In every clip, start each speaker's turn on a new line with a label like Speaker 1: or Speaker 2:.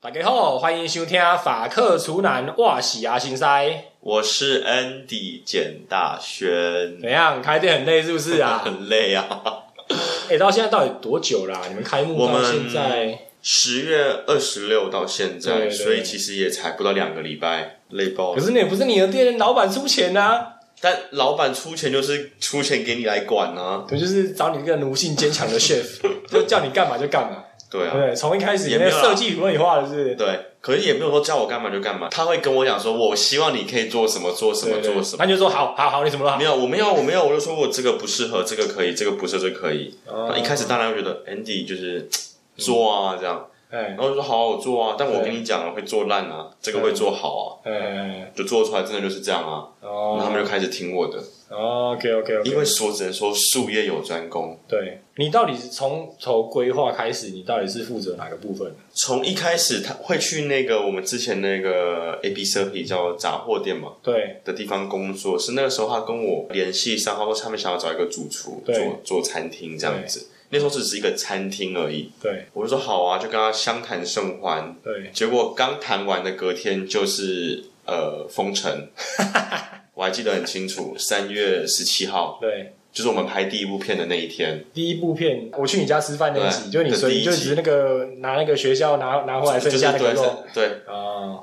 Speaker 1: 大家好，欢迎收听法克厨男，我是阿信塞。
Speaker 2: 我是 Andy 简大轩，
Speaker 1: 怎样？开店很累是不是啊？
Speaker 2: 很累 啊。
Speaker 1: 哎、到现在到底多久啊啦、你们开幕
Speaker 2: 我
Speaker 1: 到
Speaker 2: 们
Speaker 1: 现在，
Speaker 2: 十月二十六到现在，
Speaker 1: 对对
Speaker 2: 所以其实也才不到两个礼拜，累爆
Speaker 1: 可
Speaker 2: 了。
Speaker 1: 是那也不是你的店老板出钱啊，
Speaker 2: 但老板出钱就是出钱给你来管啊，
Speaker 1: 对，就是找你这个奴性坚强的 chef，就 叫你干嘛就干嘛，
Speaker 2: 对
Speaker 1: 对
Speaker 2: 啊
Speaker 1: 不，对？从一开始你
Speaker 2: 也没
Speaker 1: 那
Speaker 2: 有啦
Speaker 1: 设计图你画的是不啊是？
Speaker 2: 对。可是也没有说叫我干嘛就干嘛，他会跟我讲说，我希望你可以做什么做什么
Speaker 1: 对对
Speaker 2: 做什么。
Speaker 1: 那你就说好好好，你什么都好
Speaker 2: 没。有，我没有，我没有，我就说我这个不适合，这个可以，这个不适合，这个可以。
Speaker 1: 哦
Speaker 2: 那一开始当然会觉得 Andy 就是做啊这样，
Speaker 1: 哎
Speaker 2: 然后就说好好我做啊，但我跟你讲了会做烂啊，这个会做好啊。
Speaker 1: 哎哎，
Speaker 2: 就做出来真的就是这样啊，然后他
Speaker 1: 哦
Speaker 2: 们就开始听我的，
Speaker 1: ，OK OK OK，
Speaker 2: 因为说只能说术业有专攻。
Speaker 1: 对你到底是从头规划开始，你到底是负责哪个部分？
Speaker 2: 从一开始他会去那个我们之前那个 A B c i r c 叫杂货店嘛
Speaker 1: 对，
Speaker 2: 的地方工作，是那个时候他跟我联系上，他说他们想要找一个主厨
Speaker 1: 对
Speaker 2: 做做餐厅这样子，那时候只是一个餐厅而已，
Speaker 1: 对，
Speaker 2: 我就说好啊，就跟他相谈甚欢，
Speaker 1: 对，
Speaker 2: 结果刚谈完的隔天就是呃 封城，我还记得很清楚，三月十七号。
Speaker 1: 对。
Speaker 2: 就是我们拍第一部片的那一天，
Speaker 1: 第一部片，我去你家吃饭那一集，
Speaker 2: 对
Speaker 1: 就你
Speaker 2: 这第
Speaker 1: 随
Speaker 2: 一集
Speaker 1: 就只是那个拿那个学校拿拿回来
Speaker 2: 就
Speaker 1: 剩
Speaker 2: 是
Speaker 1: 下那个
Speaker 2: 对
Speaker 1: 肉
Speaker 2: 对
Speaker 1: 啊，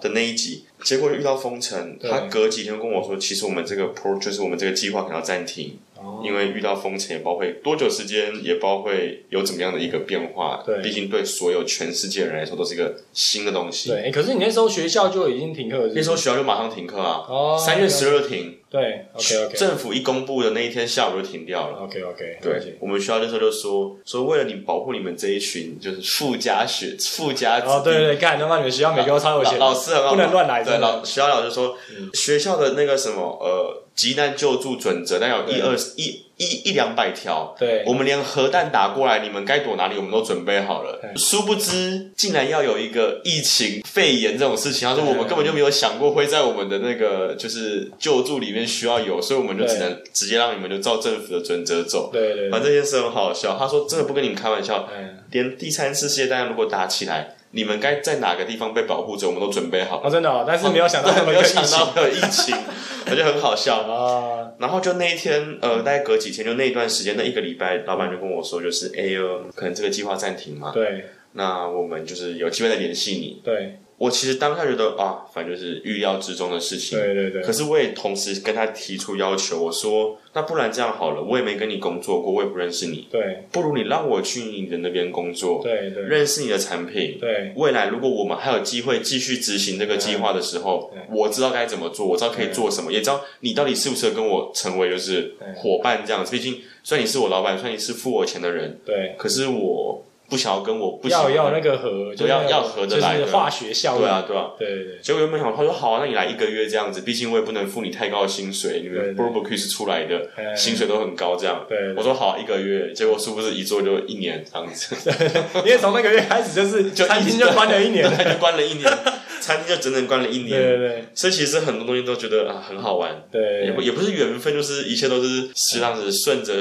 Speaker 2: 的那一集，结果就遇到封城，
Speaker 1: 对
Speaker 2: 他隔几天跟我说，其实我们这个 pro 就是我们这个计划可能要暂停，
Speaker 1: 哦
Speaker 2: 因为遇到封城，也包会多久时间，也包会有怎么样的一个变化
Speaker 1: 对。
Speaker 2: 毕竟对所有全世界人来说都是一个新的东西。
Speaker 1: 对、诶哎可是你那时候学校就已经停课了是不是，
Speaker 2: 那时候学校就马上停课啊，
Speaker 1: 哦，
Speaker 2: 三月十二停，
Speaker 1: 对，OK OK
Speaker 2: 政府一公布的那一天下午就停掉了。
Speaker 1: OK OK，
Speaker 2: 对，我们学校那时候就说说，为了你保护你们这一群就是富家学富家子弟
Speaker 1: 哦对对对，干他妈你们学校每个都超有
Speaker 2: 老
Speaker 1: 钱，
Speaker 2: 老师很好
Speaker 1: 不能乱来
Speaker 2: 对，
Speaker 1: 真的嗯
Speaker 2: 老学校老师说，学校的那个什么呃，急难救助准则，但有一
Speaker 1: 对
Speaker 2: 二一一一两百条。
Speaker 1: 对
Speaker 2: 我们连核弹打过来，你们该躲哪里，我们都准备好了
Speaker 1: 对。
Speaker 2: 殊不知，竟然要有一个疫情、肺炎这种事情。他说
Speaker 1: 对
Speaker 2: 我们根本就没有想过会在我们的那个就是救助里面需要有，所以我们就只能直接让你们就照政府的准则走。
Speaker 1: 对对对，
Speaker 2: 反正这件事很好笑。他说真的不跟你们开玩笑，
Speaker 1: 嗯，
Speaker 2: 连第三次世界大战如果打起来，你们该在哪个地方被保护着，我们都准备 好。
Speaker 1: 哦真的哦，但是没有想到他
Speaker 2: 哦对，
Speaker 1: 们
Speaker 2: 没
Speaker 1: 有
Speaker 2: 有
Speaker 1: 疫
Speaker 2: 想
Speaker 1: 情
Speaker 2: 到会有疫情， 我觉得很好笑。
Speaker 1: 啊，
Speaker 2: 然后就那一天，呃，大概隔几天，就那一段时间，那一个礼拜，老板就跟我说，就是哎呦，可能这个计划暂停嘛，
Speaker 1: 对
Speaker 2: 那我们就是有机会再联系你。
Speaker 1: 对
Speaker 2: 我其实当下觉得啊，反正就是预料之中的事情。
Speaker 1: 对对对
Speaker 2: 可是我也同时跟他提出要求，我说那不然这样好了，我也没跟你工作过，我也不认识你，
Speaker 1: 对
Speaker 2: 不如你让我去你的那边工作，
Speaker 1: 对对
Speaker 2: 认识你的产品，
Speaker 1: 对
Speaker 2: 未来如果我们还有机会继续执行这个计划的时候，我知道该怎么做，我知道可以做什么，也知道你到底适不适合跟我成为就是伙伴这样子。毕竟虽然你是我老板，虽然你是付我钱的人，
Speaker 1: 对，
Speaker 2: 可是我不想要跟我不喜
Speaker 1: 要
Speaker 2: 欢
Speaker 1: 要那个合，就
Speaker 2: 对要
Speaker 1: 那个
Speaker 2: 要合得来
Speaker 1: 就
Speaker 2: 的
Speaker 1: 是化学效应，
Speaker 2: 对啊对啊。
Speaker 1: 对对对
Speaker 2: 结果原本想他说好啊，那你来一个月这样子，毕竟我也不能付你太高的薪水，你
Speaker 1: 对
Speaker 2: 们
Speaker 1: 对
Speaker 2: Burberry 是出来的，
Speaker 1: 嗯
Speaker 2: 薪水都很高这样。
Speaker 1: 对对
Speaker 2: 我说好一个月，结果是不是一做就一年这 样子？
Speaker 1: 因为从那个月开始，就是
Speaker 2: 就一
Speaker 1: 餐厅就关了一年。
Speaker 2: 他就关了一年，餐厅就整整关了一年。
Speaker 1: 对对对
Speaker 2: 所以其实很多东西都觉得啊很好玩，也
Speaker 1: 对
Speaker 2: 不
Speaker 1: 对。
Speaker 2: 也不是缘分，就是一切都是是这样子顺着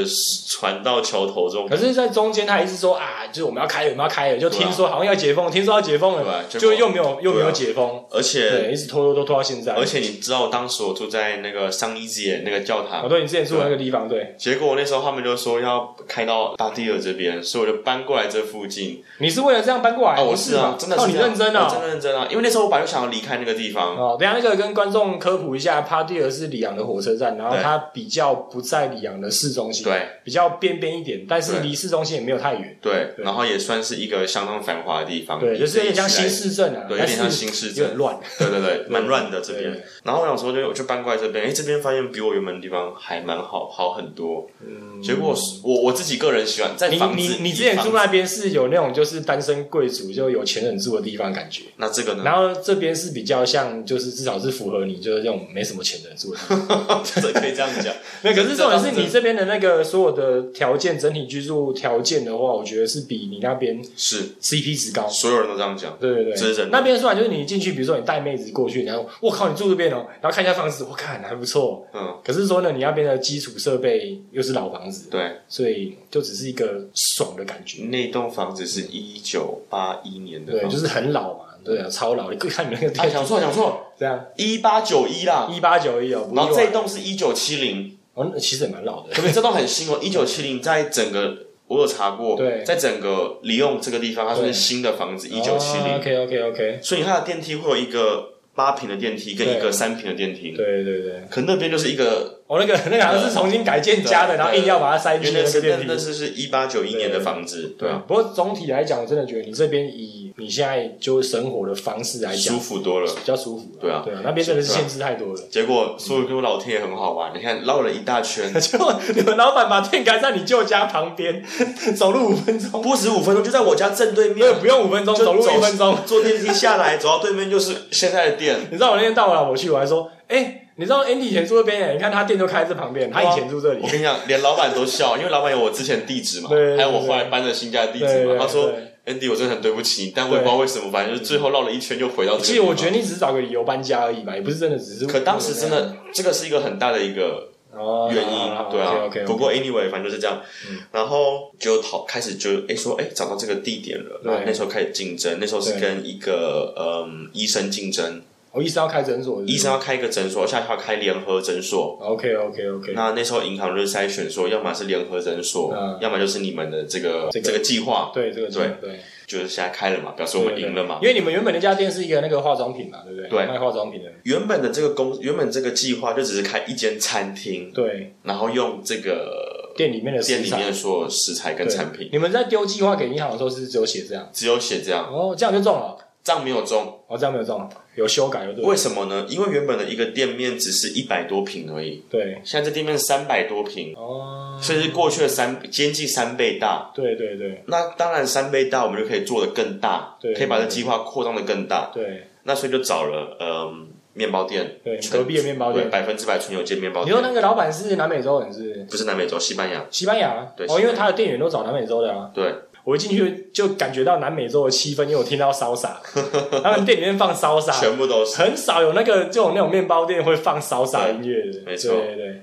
Speaker 2: 船到桥头中
Speaker 1: 可。是，在中间他一直说啊，就是我们要开了，我们要开了，就听说好像要解封，听说要解封
Speaker 2: 啊对
Speaker 1: 了
Speaker 2: 啊，结果
Speaker 1: 就又没有又没
Speaker 2: 对
Speaker 1: 有
Speaker 2: 啊
Speaker 1: 解封，
Speaker 2: 而且
Speaker 1: 对，一直拖拖拖拖到现在。
Speaker 2: 而且你知道，当时我住在那个桑尼街那个教
Speaker 1: 哦，
Speaker 2: 堂，
Speaker 1: 对你之前住的那个地方，对，
Speaker 2: 结果那时候他们就说要开到巴蒂尔这边，所以我就搬过来这附近。
Speaker 1: 你是为了这样搬过来？
Speaker 2: 啊，我
Speaker 1: 不
Speaker 2: 是
Speaker 1: 吗
Speaker 2: 啊，真的
Speaker 1: 哦，
Speaker 2: 是
Speaker 1: 你
Speaker 2: 这样
Speaker 1: 认真
Speaker 2: 我真
Speaker 1: 啊。
Speaker 2: 的认真啊，因为那时候我本来就想要离开那个地方，
Speaker 1: 哦，等一下那个跟观众科普一下，帕蒂尔是里昂的火车站，然后
Speaker 2: 对
Speaker 1: 它比较不在里昂的市中心，
Speaker 2: 对，
Speaker 1: 比较边边一点，但是
Speaker 2: 对
Speaker 1: 离市中心也没有太远，
Speaker 2: 对，
Speaker 1: 对
Speaker 2: 然后也算是一个相当繁华的地方，
Speaker 1: 对，就是有点像
Speaker 2: 新
Speaker 1: 新，市镇啊，
Speaker 2: 对，有
Speaker 1: 但
Speaker 2: 点
Speaker 1: 是
Speaker 2: 像新市
Speaker 1: 有点
Speaker 2: 镇，
Speaker 1: 乱，
Speaker 2: 对对对，蛮乱的这
Speaker 1: 对
Speaker 2: 边。然后我想说就我就搬过来这边，哎，这边发现比我原本的地方还蛮好，好很多。结果我我自己个人喜欢在
Speaker 1: 你
Speaker 2: 房子
Speaker 1: 你你
Speaker 2: 以
Speaker 1: 之前
Speaker 2: 房
Speaker 1: 住那边是有那种就是单身贵族就有钱人住的地方感觉，
Speaker 2: 那这个呢？
Speaker 1: 然后这边是比较像就是至少是符合你就是这种没什么钱的人住的地 方。
Speaker 2: 这可以这样讲。
Speaker 1: 那可是重点是
Speaker 2: 这
Speaker 1: 你这边的那个所有的条件，整体居住条件的话，我觉得是比你那边
Speaker 2: 是
Speaker 1: CP 值高。
Speaker 2: 所有人都这样讲，
Speaker 1: 对对
Speaker 2: 这是
Speaker 1: 对
Speaker 2: 真，的
Speaker 1: 那边虽然就是你进去，比如说你带妹子过去，然后我靠你住这边哦，然后看一下房子，我看还不错。
Speaker 2: 嗯，
Speaker 1: 可是说呢，你那边的基础设备又是老房子，
Speaker 2: 对，
Speaker 1: 所以就只是一个爽的感觉。
Speaker 2: 那栋房子是一九八一年的
Speaker 1: 对，
Speaker 2: 房
Speaker 1: 就
Speaker 2: 子，
Speaker 1: 是很老嘛，对啊，超老，你看你那个
Speaker 2: 啊，
Speaker 1: 店
Speaker 2: 讲错讲错，
Speaker 1: 这样，
Speaker 2: 一八九一啦，
Speaker 1: 一八九一哦，不
Speaker 2: 然后
Speaker 1: 意
Speaker 2: 这
Speaker 1: 外
Speaker 2: 一栋是一九七零，
Speaker 1: 哦，那其实也蛮老的，
Speaker 2: 可是这栋很新哦，一九七零在整个我有查过，
Speaker 1: 对
Speaker 2: 在整个里用这个地方，它算是
Speaker 1: 对
Speaker 2: 新的房子，一九七零，
Speaker 1: ，OK OK OK，
Speaker 2: 所以它的电梯会有一个八平的电梯跟一个
Speaker 1: 对
Speaker 2: 三平的电梯，
Speaker 1: 对对对，
Speaker 2: 可那边就是一个，
Speaker 1: 哦，那个 那个好像是重新改建加的，
Speaker 2: 对
Speaker 1: 然后硬要把它塞
Speaker 2: 原
Speaker 1: 进
Speaker 2: 来
Speaker 1: 那
Speaker 2: 是
Speaker 1: 个
Speaker 2: 那
Speaker 1: 电
Speaker 2: 那
Speaker 1: 梯。
Speaker 2: 是是一八九一年的房子，对啊，
Speaker 1: 不过总体来讲，我真的觉得你这边以你现在就是生活的方式来讲
Speaker 2: 舒，服多了。
Speaker 1: 比较舒服。
Speaker 2: 对啊
Speaker 1: 对啊，那边真的是限制太多了。，
Speaker 2: 结果所有跟我老天也很好玩，你看绕了一大圈
Speaker 1: 就你们老板把店改在你舅家旁边，走路五分 钟，
Speaker 2: 不止五分钟就在我家正对
Speaker 1: 没有
Speaker 2: 面，
Speaker 1: 不用五分钟，
Speaker 2: 就
Speaker 1: 走路一分钟。，
Speaker 2: 坐电梯下来，走到对面就是现在的店。
Speaker 1: 你知道我那天带我老婆去，我还说，哎、你知道 Andy 以前住这边耶，你看他店就开在这旁边，他以前住这里
Speaker 2: 啊我。跟你讲，连老板都笑，因为老板有我之前地址嘛，
Speaker 1: 对对对
Speaker 2: 还有我后来搬的新家的地址
Speaker 1: 对
Speaker 2: 嘛。
Speaker 1: 对
Speaker 2: 他说
Speaker 1: 对
Speaker 2: ：“Andy，我真的很对不起你，但我也不知道为什么，反正就是最后绕了一圈又回到这个
Speaker 1: 其
Speaker 2: 地
Speaker 1: 实
Speaker 2: 方。”
Speaker 1: 我觉得你只是找个理由搬家而已嘛，也不是真的只是。
Speaker 2: 可当时真的，这个是一个很大的一个
Speaker 1: 哦
Speaker 2: 原因，对啊。
Speaker 1: OK
Speaker 2: 不
Speaker 1: OK，
Speaker 2: 过 anyway，反正就是这样。
Speaker 1: 嗯
Speaker 2: 然后就讨开始就哎说哎找到这个地点了，
Speaker 1: 对
Speaker 2: 然后那时候开始竞争，那时候是
Speaker 1: 对
Speaker 2: 跟一个嗯医生竞争，
Speaker 1: 哦我医生要开诊所，
Speaker 2: 医生要开一个诊所，下一要开联合诊所。
Speaker 1: OK OK OK，
Speaker 2: 那那时候银行就是筛选说，要么是联合诊所，
Speaker 1: 嗯
Speaker 2: 要么就是你们的这个
Speaker 1: 这个
Speaker 2: 这个计划，
Speaker 1: 对这个
Speaker 2: 对
Speaker 1: 对，
Speaker 2: 就是现在开了嘛，表示
Speaker 1: 对
Speaker 2: 我们赢了嘛。
Speaker 1: 因为你们原本那家店是一个那个化妆品嘛，对不对？
Speaker 2: 对
Speaker 1: 卖化妆品的，
Speaker 2: 原本的这个公，原本这个计划就只是开一间餐厅，
Speaker 1: 对，
Speaker 2: 然后用这个
Speaker 1: 店里面的
Speaker 2: 店
Speaker 1: 食
Speaker 2: 里
Speaker 1: 材
Speaker 2: 面所有食材跟
Speaker 1: 对
Speaker 2: 产品，
Speaker 1: 你们在丢计划给银行的时候是只有写这样，
Speaker 2: 只有写这样，
Speaker 1: 哦，这样就中了，
Speaker 2: 账没有中。
Speaker 1: 哦，这样没有中，有修改就对了，
Speaker 2: 为什么呢？因为原本的一个店面只是一百多平而已，
Speaker 1: 对，
Speaker 2: 现在这店面三百多平，
Speaker 1: 哦，
Speaker 2: 甚至过去的三接近三倍大。
Speaker 1: 对对对
Speaker 2: 那当然，三倍大，我们就可以做的更大，
Speaker 1: 对
Speaker 2: 可以把这计划扩张的更大。
Speaker 1: 对
Speaker 2: 那所以就找了嗯面包店，
Speaker 1: 对，
Speaker 2: 纯
Speaker 1: 隔壁的面包
Speaker 2: 对
Speaker 1: 店，
Speaker 2: 百分之百纯油煎面包
Speaker 1: 你说那
Speaker 2: 店，
Speaker 1: 个老板是南美洲人是？
Speaker 2: 不是南美洲，西班牙。
Speaker 1: 西班牙
Speaker 2: 对西班
Speaker 1: 哦，
Speaker 2: 牙
Speaker 1: 因为他的店员都找南美洲的啊。
Speaker 2: 对，
Speaker 1: 我一进去就感觉到南美洲的气氛，因为我听到骚 洒，他们店里面放骚洒，
Speaker 2: 全部都是。
Speaker 1: 很少有那个这种那种面包店会放salsa 音乐的，
Speaker 2: 没错
Speaker 1: 对对对。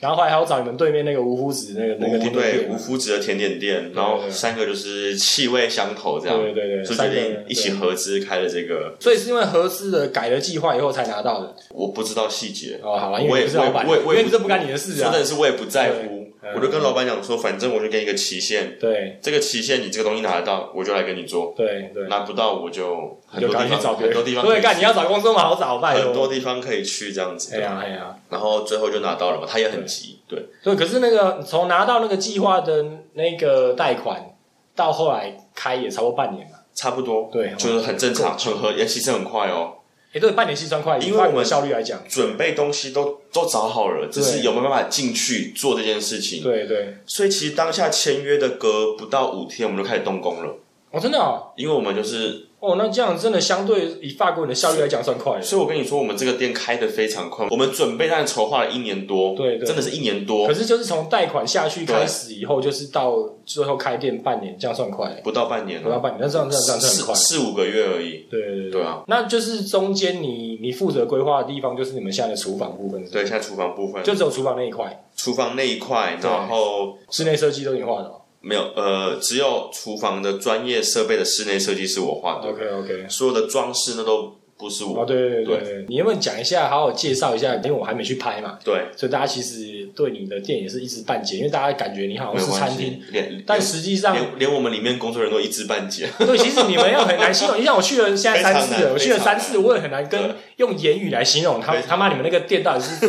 Speaker 1: 然后后来还有找你们对面那个无夫子那个那个
Speaker 2: 无
Speaker 1: 甜点
Speaker 2: 哦对
Speaker 1: 店
Speaker 2: 无
Speaker 1: 嘛，
Speaker 2: 麸质的甜点店，
Speaker 1: 对
Speaker 2: 然后三个就是气味相投这样，
Speaker 1: 对对对对
Speaker 2: 所以
Speaker 1: 三
Speaker 2: 决
Speaker 1: 个
Speaker 2: 定一起
Speaker 1: 对
Speaker 2: 合资开了这个。
Speaker 1: 所以是因为合资的改了计划以后才拿到的。
Speaker 2: 我不知道细节，
Speaker 1: 哦，好了，因
Speaker 2: 我
Speaker 1: 为
Speaker 2: 也
Speaker 1: 你不是老板，
Speaker 2: 我也我
Speaker 1: 因
Speaker 2: 也
Speaker 1: 为这不干你的事
Speaker 2: 说
Speaker 1: 啊。
Speaker 2: 真的是我也不在乎
Speaker 1: 对，嗯
Speaker 2: 我就跟老板讲说，反正我就给你一个期限，
Speaker 1: 对
Speaker 2: 这个期限你这个东西拿得到，我就来跟你做；
Speaker 1: 对对，
Speaker 2: 拿不到我就很
Speaker 1: 就
Speaker 2: 多
Speaker 1: 赶快
Speaker 2: 地
Speaker 1: 去
Speaker 2: 方
Speaker 1: 找别
Speaker 2: 很
Speaker 1: 人。
Speaker 2: 多地方可以
Speaker 1: 对，干你要找工作嘛，好找，拜
Speaker 2: 很多
Speaker 1: 托。
Speaker 2: 地方可以去这样子。
Speaker 1: 哦哎呀哎呀，
Speaker 2: 然后最后就拿到了嘛，他也很急，对，
Speaker 1: 对，可是那个从拿到那个计划的那个贷款到后来开也超过半年嘛。
Speaker 2: 差不多，
Speaker 1: 对哦
Speaker 2: 就是很正常，很合，也其实很快哦。
Speaker 1: 哎，对，半年计算快，以
Speaker 2: 因为
Speaker 1: 法
Speaker 2: 我
Speaker 1: 国
Speaker 2: 们
Speaker 1: 效率来讲，
Speaker 2: 准备东西都都找好了，只是有没有办法进去做这件事情。
Speaker 1: 对对，
Speaker 2: 所以其实当下签约的隔不到五天，我们就开始动工了，
Speaker 1: 哦，真的哦。
Speaker 2: 因为我们就是，
Speaker 1: 哦，那这样真的相对以法国人的效率来讲算快了。
Speaker 2: 所以我跟你说，我们这个店开的非常快，我们准备但筹划了一年多，
Speaker 1: 对对
Speaker 2: 真的是一年多
Speaker 1: 可，是就是从贷款下去开始以后，就是到最后开店半年，这样算快，
Speaker 2: 不到半年
Speaker 1: 不到
Speaker 2: 了，
Speaker 1: 半年，那这样这样这样算很
Speaker 2: 四
Speaker 1: 快。
Speaker 2: 四五个月而已。
Speaker 1: 对对对
Speaker 2: 对啊，
Speaker 1: 那就是中间你你负责规划的地方，就是你们现在的厨房部分，
Speaker 2: 对，，现在厨房部分，
Speaker 1: 就只有厨房那一块，
Speaker 2: 厨房那一块，
Speaker 1: 对
Speaker 2: 然后
Speaker 1: 室内设计都你画的、哦。
Speaker 2: 没有，呃，只有厨房的专业设备的室内设计是我画的，
Speaker 1: OK OK。
Speaker 2: 所有的装饰那都不是我。
Speaker 1: 哦，对对对对对，你能不能讲一下，好好介绍一下？因为我还没去拍嘛，
Speaker 2: 对，
Speaker 1: 所以大家其实对你的店也是一知半解，因为大家感觉你好哦像
Speaker 2: 没
Speaker 1: 是
Speaker 2: 关
Speaker 1: 餐
Speaker 2: 系
Speaker 1: 厅，，
Speaker 2: 连
Speaker 1: 但
Speaker 2: 连
Speaker 1: 实际上
Speaker 2: 连连我们里面工作人员都一知半解。
Speaker 1: 对，其实你们要很难形容。 你像我去了现在三
Speaker 2: 非
Speaker 1: 次
Speaker 2: 常
Speaker 1: 了，
Speaker 2: 难
Speaker 1: 我去了三
Speaker 2: 非
Speaker 1: 次，
Speaker 2: 常
Speaker 1: 我也很难
Speaker 2: 对
Speaker 1: 跟用言语来形容他
Speaker 2: 非常
Speaker 1: 他妈你们那个店到底是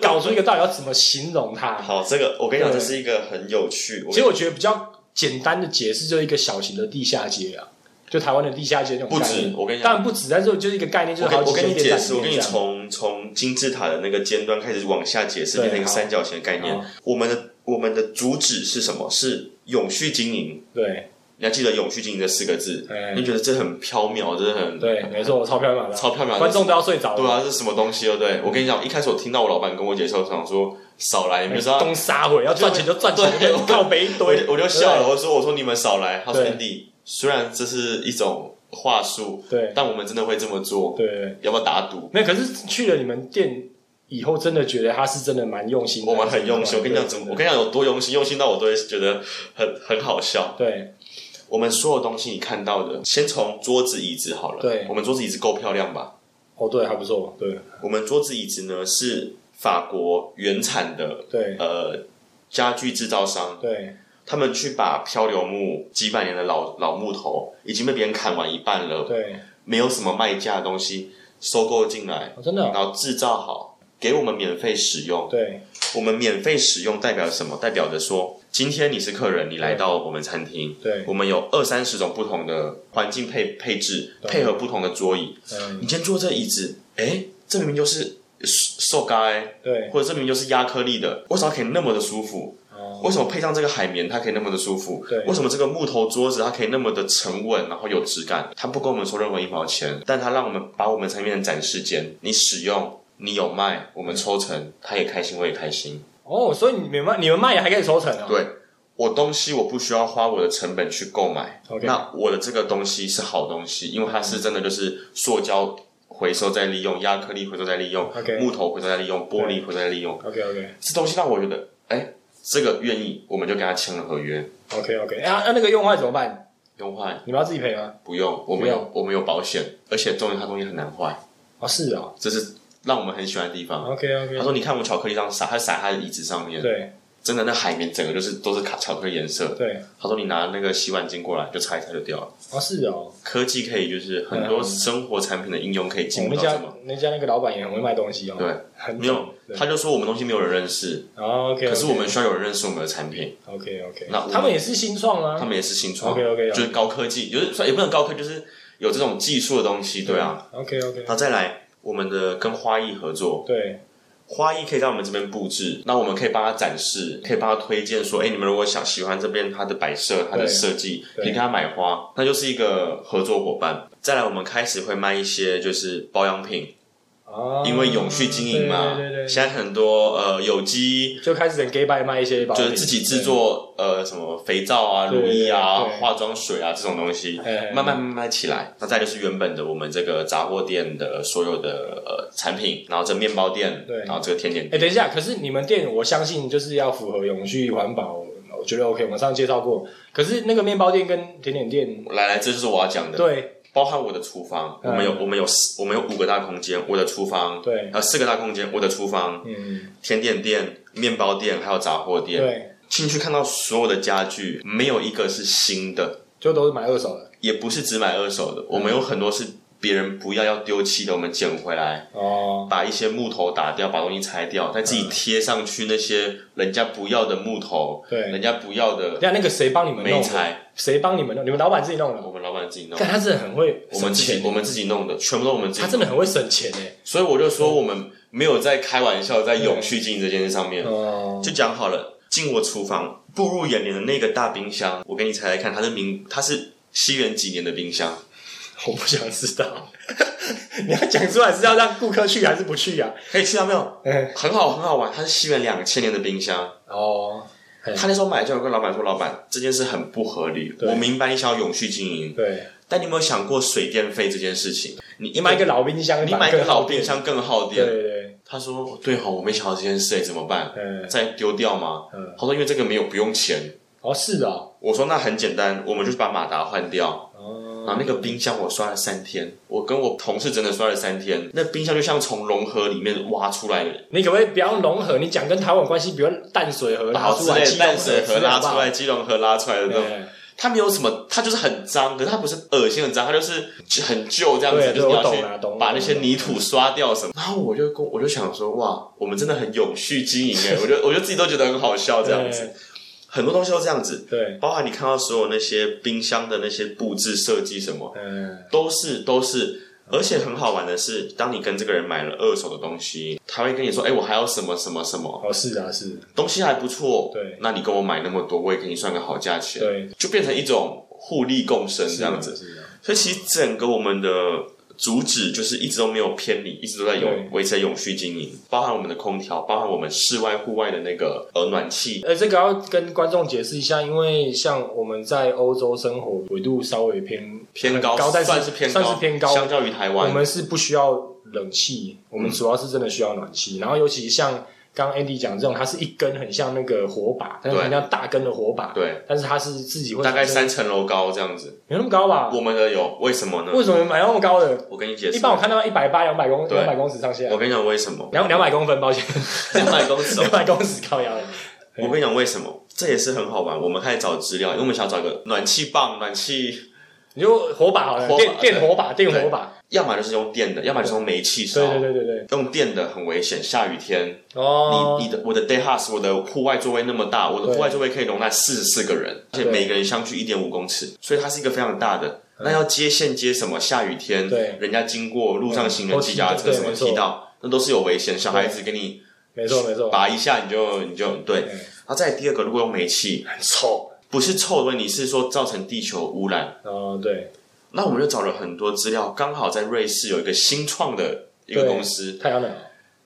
Speaker 1: 搞出一个到底要怎么形容它。
Speaker 2: 好，这个我跟你讲，
Speaker 1: 对
Speaker 2: 这是一个很有趣。 我
Speaker 1: 其实我觉得比较简单的解释就是一个小型的地下街啊，就台湾的地下街那种
Speaker 2: 不
Speaker 1: 概
Speaker 2: 止
Speaker 1: 念。，
Speaker 2: 我跟你
Speaker 1: 当然
Speaker 2: 讲，
Speaker 1: 不止，但是就是一个概念，就
Speaker 2: 我
Speaker 1: 是好几
Speaker 2: 跟我跟
Speaker 1: 间
Speaker 2: 你
Speaker 1: 店
Speaker 2: 解
Speaker 1: 在里
Speaker 2: 释，我跟
Speaker 1: 面这
Speaker 2: 你
Speaker 1: 样。
Speaker 2: 从从金字塔的那个尖端开始往下解释，
Speaker 1: 对
Speaker 2: 变成一个
Speaker 1: 好
Speaker 2: 三角形的概念
Speaker 1: 好。
Speaker 2: 我们的我们的主旨是什么？是永续经营。
Speaker 1: 对
Speaker 2: 你要记得“永续经营”这四个字，
Speaker 1: 哎
Speaker 2: 你觉得这很缥缈，这很
Speaker 1: 对，没错，我钞票买的，
Speaker 2: 超缥缈的。
Speaker 1: 观众都要睡着
Speaker 2: 对
Speaker 1: 了，
Speaker 2: 啊，这是什么东西？对不对？我跟你讲，一开始我听到我老板跟我解释，我想说少来，你们就知道，
Speaker 1: 哎东杀回，要赚钱就赚钱，
Speaker 2: 对
Speaker 1: 就靠北一
Speaker 2: 我
Speaker 1: 堆，
Speaker 2: 就我就笑了，我说我说你们少来。他说
Speaker 1: 对
Speaker 2: Andy，虽然这是一种话术，
Speaker 1: 对。
Speaker 2: 但我们真的会这么做，
Speaker 1: 对对对，
Speaker 2: 要不要打赌？
Speaker 1: 没有，可是去了你们店以后，真的觉得他是真的蛮用心的。
Speaker 2: 我们很用心，我跟你讲怎么，我跟你讲有多用心，用心到我都会觉得很很好笑。
Speaker 1: 对，
Speaker 2: 我们所有东西你看到的，先从桌子椅子好了。
Speaker 1: 对
Speaker 2: 我们桌子椅子够漂亮吧？
Speaker 1: 哦，对，还不错，对
Speaker 2: 我们桌子椅子呢是法国原产的
Speaker 1: 对
Speaker 2: 呃家具制造商，
Speaker 1: 对
Speaker 2: 他们去把漂流木几百年的老老木头已经被别人砍完一半了，
Speaker 1: 对，
Speaker 2: 没有什么卖价的东西收购进来，
Speaker 1: 哦真的
Speaker 2: 然
Speaker 1: 哦
Speaker 2: 后制造好给我们免费使用。
Speaker 1: 对
Speaker 2: 我们免费使用代表什么？代表着说，今天你是客人，你来到我们餐厅，
Speaker 1: 对，
Speaker 2: 我们有二三十种不同的环境配配置，
Speaker 1: 对
Speaker 2: 配合不同的桌椅。
Speaker 1: 嗯
Speaker 2: 你今天坐这椅子，哎，这明明就是瘦瘦嘎哎，
Speaker 1: 对，
Speaker 2: 或者这明明就是压克力的，为什么它可以那么的舒服？
Speaker 1: 哦
Speaker 2: 为什么配上这个海绵，它可以那么的舒服
Speaker 1: 对？
Speaker 2: 为什么这个木头桌子它可以那么的沉稳，然后有质感？它不跟我们收任何一毛钱，但它让我们把我们餐厅的展示间，你使用，你有卖，我们抽成，他也开心，我也开心。
Speaker 1: 哦，所以你们卖你们卖也还可以抽成啊？
Speaker 2: 对我东西我不需要花我的成本去购买
Speaker 1: OK
Speaker 2: 那我的这个东西是好东西，因为它是真的就是塑胶回收再利用，亚克力回收再利用
Speaker 1: OK
Speaker 2: 木头回收再利用，玻璃回收再利用，
Speaker 1: ，OK OK
Speaker 2: 这东西让我觉得，哎，这个愿意，我们就跟他签了合约。
Speaker 1: OK OK，啊，那那个用坏怎么办？
Speaker 2: 用坏
Speaker 1: 你们要自己赔吗？
Speaker 2: 不用，
Speaker 1: 不
Speaker 2: 我们
Speaker 1: 用
Speaker 2: 有我们有保险，而且重点它东西很难坏，
Speaker 1: 哦，是哦
Speaker 2: 这是让我们很喜欢的地方。
Speaker 1: ，OK
Speaker 2: 他
Speaker 1: OK，
Speaker 2: 说：“你看我巧克力上撒，他撒他的椅子上面，
Speaker 1: 对
Speaker 2: 真的那海绵整个就是都是卡巧克力颜色。
Speaker 1: 对，
Speaker 2: 他说你拿那个洗碗巾过来就擦一擦就掉了。”
Speaker 1: 哦是哦，
Speaker 2: 科技可以就是很多生活产品的应用可以
Speaker 1: 啊我
Speaker 2: 进步
Speaker 1: 们
Speaker 2: 到
Speaker 1: 家
Speaker 2: 这么。
Speaker 1: 那家那个老板也很会卖东西哦，
Speaker 2: 对，
Speaker 1: 很
Speaker 2: 没有，他就说我们东西没有人认识，
Speaker 1: ，OK，
Speaker 2: 可是我们需要有人认识我们的产品，
Speaker 1: OK OK，
Speaker 2: 那我
Speaker 1: 他们也是新创啊，
Speaker 2: 他们也是新创
Speaker 1: OK，OK，了解
Speaker 2: 就是高科技，就是算也不能高科，技，就是有这种技术的东西，对啊。
Speaker 1: ，OK OK，
Speaker 2: 那再来，我们的跟花艺合作，
Speaker 1: 对
Speaker 2: 花艺可以在我们这边布置，那我们可以帮他展示，可以帮他推荐说，哎，你们如果想喜欢这边它的摆设、它的
Speaker 1: 对
Speaker 2: 设计，
Speaker 1: 对
Speaker 2: 你跟他买花，那就是一个合作伙伴。再来，我们开始会卖一些就是保养品。
Speaker 1: 哦，
Speaker 2: 因为永续经营嘛，
Speaker 1: 啊对对对对，
Speaker 2: 现在很多呃有机
Speaker 1: 就开始很 gay by 卖一些保
Speaker 2: 就
Speaker 1: 养
Speaker 2: 是
Speaker 1: 品，
Speaker 2: 自己制作呃什么肥皂啊、
Speaker 1: 对
Speaker 2: 乳
Speaker 1: 对对
Speaker 2: 液啊
Speaker 1: 对、
Speaker 2: 化妆水啊这种东西
Speaker 1: 哎哎哎，
Speaker 2: 慢慢慢慢起来。那再就是原本的我们这个杂货店的所有的呃产品，然后这面包店
Speaker 1: 对，
Speaker 2: 然后这个甜点
Speaker 1: 哎、等一下，可是你们店我相信就是要符合永续环保，我觉得 OK。我们上次介绍过，可是那个面包店跟甜点店，
Speaker 2: 来来，这就是我要讲的，
Speaker 1: 对
Speaker 2: 包含我的厨房，
Speaker 1: 嗯
Speaker 2: 我们有我们有四我们有五个大空间，我的厨房，
Speaker 1: 对，
Speaker 2: 呃四个大空间，我的厨房、
Speaker 1: 嗯，
Speaker 2: 甜点店、面包店还有杂货店，
Speaker 1: 对，
Speaker 2: 进去看到所有的家具，没有一个是新的，
Speaker 1: 就都是买二手的
Speaker 2: 也不是只买二手的，我们有很多是别人不要要丢弃的，我们捡回来，
Speaker 1: 哦。
Speaker 2: 把一些木头打掉，把东西拆掉，再自己贴上去那些人家不要的木头，
Speaker 1: 对，
Speaker 2: 人家不要的
Speaker 1: 那那个谁帮你们弄
Speaker 2: 没
Speaker 1: 的？
Speaker 2: 拆，
Speaker 1: 谁帮你们弄？你们老板自己弄的？
Speaker 2: 我们老板自己弄，
Speaker 1: 但他真的很会
Speaker 2: 我们
Speaker 1: 省
Speaker 2: 自己
Speaker 1: 钱，
Speaker 2: 我们自己弄的，全部都我们自
Speaker 1: 他
Speaker 2: 己
Speaker 1: 真
Speaker 2: 弄，
Speaker 1: 的很会省钱欸诶。
Speaker 2: 所以我就说我们没有在开玩笑，在永续经营这件事上面，
Speaker 1: 哦，
Speaker 2: 就讲好了，进我厨房，步入眼帘的那个大冰箱，我给你猜猜看，它是明它是西元几年的冰箱？
Speaker 1: 我不想知道。 你要讲出来是要让顾客去还是不去啊呀、
Speaker 2: 可以去到没有？
Speaker 1: 嗯，
Speaker 2: 很好，很好玩。它是西元两千年的冰箱，
Speaker 1: 哦，
Speaker 2: 他那时候买就有跟老板说：“老板，这件事很不合理。
Speaker 1: 对
Speaker 2: 我明白你想要永续经营，
Speaker 1: 对，
Speaker 2: 但你有没有想过水电费这件事情？你
Speaker 1: 你
Speaker 2: 一
Speaker 1: 买一
Speaker 2: 买
Speaker 1: 个老冰箱，
Speaker 2: 你买一个
Speaker 1: 更耗
Speaker 2: 老冰
Speaker 1: 电，
Speaker 2: 箱更耗
Speaker 1: 对
Speaker 2: 电。
Speaker 1: 对对，”
Speaker 2: 他说：“对哦哈，我没想到这件事，哎怎么办？
Speaker 1: 嗯
Speaker 2: 再丢掉吗
Speaker 1: 嗯？”
Speaker 2: 他说：“因为这个没有不用钱。
Speaker 1: 哦，是哦，”
Speaker 2: 我说：“那很简单，我们就是把马达换掉。”然
Speaker 1: 哦
Speaker 2: 后那个冰箱我刷了三天，我跟我同事真的刷了三天，那冰箱就像从融合里面挖出来的，
Speaker 1: 你可不可以不要融合？你讲跟台湾有关系，比如淡水河
Speaker 2: 然
Speaker 1: 拉
Speaker 2: 后
Speaker 1: 出
Speaker 2: 啊之
Speaker 1: 来，
Speaker 2: 类的淡水河拉出
Speaker 1: 出
Speaker 2: 来，，基隆河拉出来的那种。
Speaker 1: 对
Speaker 2: 它没有什么，它就是很脏，可是它不是恶心很脏，它就是很旧这样子，
Speaker 1: 对
Speaker 2: 就是你要
Speaker 1: 我
Speaker 2: 去
Speaker 1: 懂啊懂
Speaker 2: 把那些泥土刷掉什么。然后我就跟我就想说，哇，我们真的很永续经营 哎，我就我就自己都觉得很好笑这样子，很多东西都这样子，
Speaker 1: 对，
Speaker 2: 包含你看到所有那些冰箱的那些布置设计什么，
Speaker 1: 嗯，
Speaker 2: 都是都是。而且很好玩的是，当你跟这个人买了二手的东西，他会跟你说：“哎、我还有什么什么什么
Speaker 1: 哦，是啊，是，
Speaker 2: 东西还不错。”
Speaker 1: 对
Speaker 2: 那你跟我买那么多，我也给你算个好价钱。
Speaker 1: 对，
Speaker 2: 就变成一种互利共生这样子。
Speaker 1: 是啊，
Speaker 2: 所以其实整个我们的主旨就是一直都没有偏离，一直都在
Speaker 1: 对
Speaker 2: 永维持在永续经营，包含我们的空调，包含我们室外户外的那个呃暖气。
Speaker 1: 呃，这个要跟观众解释一下，因为像我们在欧洲生活纬度稍微偏
Speaker 2: 偏高，
Speaker 1: 高，但
Speaker 2: 算
Speaker 1: 是
Speaker 2: 偏
Speaker 1: 算
Speaker 2: 高，
Speaker 1: 是偏高，
Speaker 2: 相较嗯于台
Speaker 1: 我
Speaker 2: 湾，
Speaker 1: 们是不需要冷气，我们主要是真的需要暖气。然后尤其像刚刚 Andy 讲这种，它是一根很像那个火把，它
Speaker 2: 对
Speaker 1: 很像大根的火把，
Speaker 2: 对，
Speaker 1: 但是它是自己会
Speaker 2: 大概
Speaker 1: 产生
Speaker 2: 三层楼高这样子。
Speaker 1: 没那么高吧？
Speaker 2: 我们的有为什么呢？
Speaker 1: 为什么买那么高的？
Speaker 2: 我跟你解释，
Speaker 1: 一般我看到一百八、两百公、
Speaker 2: 对
Speaker 1: 两百公尺上下
Speaker 2: 我，跟你讲为 什么，
Speaker 1: 两两百公分， 抱歉，
Speaker 2: 两百公尺哦
Speaker 1: 两百公尺高腰的。
Speaker 2: 我跟你讲为什么，这也是很好玩。我们开始找资料，因为我们想要找一个暖气棒、暖气，
Speaker 1: 你就火把好了，
Speaker 2: 火把
Speaker 1: 电电
Speaker 2: 对
Speaker 1: 火把，电火
Speaker 2: 对
Speaker 1: 把，
Speaker 2: 要么就是用电的，要么就是用煤气烧
Speaker 1: 对。对对对对。
Speaker 2: 用电的很危险，下雨天，
Speaker 1: 哦
Speaker 2: 你，你的我的 day house，我的户外座位那么大，我的户外座位可以容纳四十四个人，而且
Speaker 1: 对嗯
Speaker 2: 每个人相距一点五公尺，所以它是一个非常大的。那要接线接什么？下雨天，
Speaker 1: 对
Speaker 2: 人家经过路上行人、
Speaker 1: 嗯
Speaker 2: 骑脚踏车
Speaker 1: 对
Speaker 2: 什么
Speaker 1: 没错
Speaker 2: 踢到，那都是有危险。小孩子给你
Speaker 1: 没错没错，
Speaker 2: 拔一下，你就你就对。
Speaker 1: 嗯
Speaker 2: 然后再来第二个，如果用煤气，
Speaker 1: 很臭。
Speaker 2: 不是臭的问题，是说造成地球污染。
Speaker 1: 哦，对，
Speaker 2: 那我们就找了很多资料，刚好在瑞士有一个新创的一个
Speaker 1: 对
Speaker 2: 公司，
Speaker 1: 太阳能，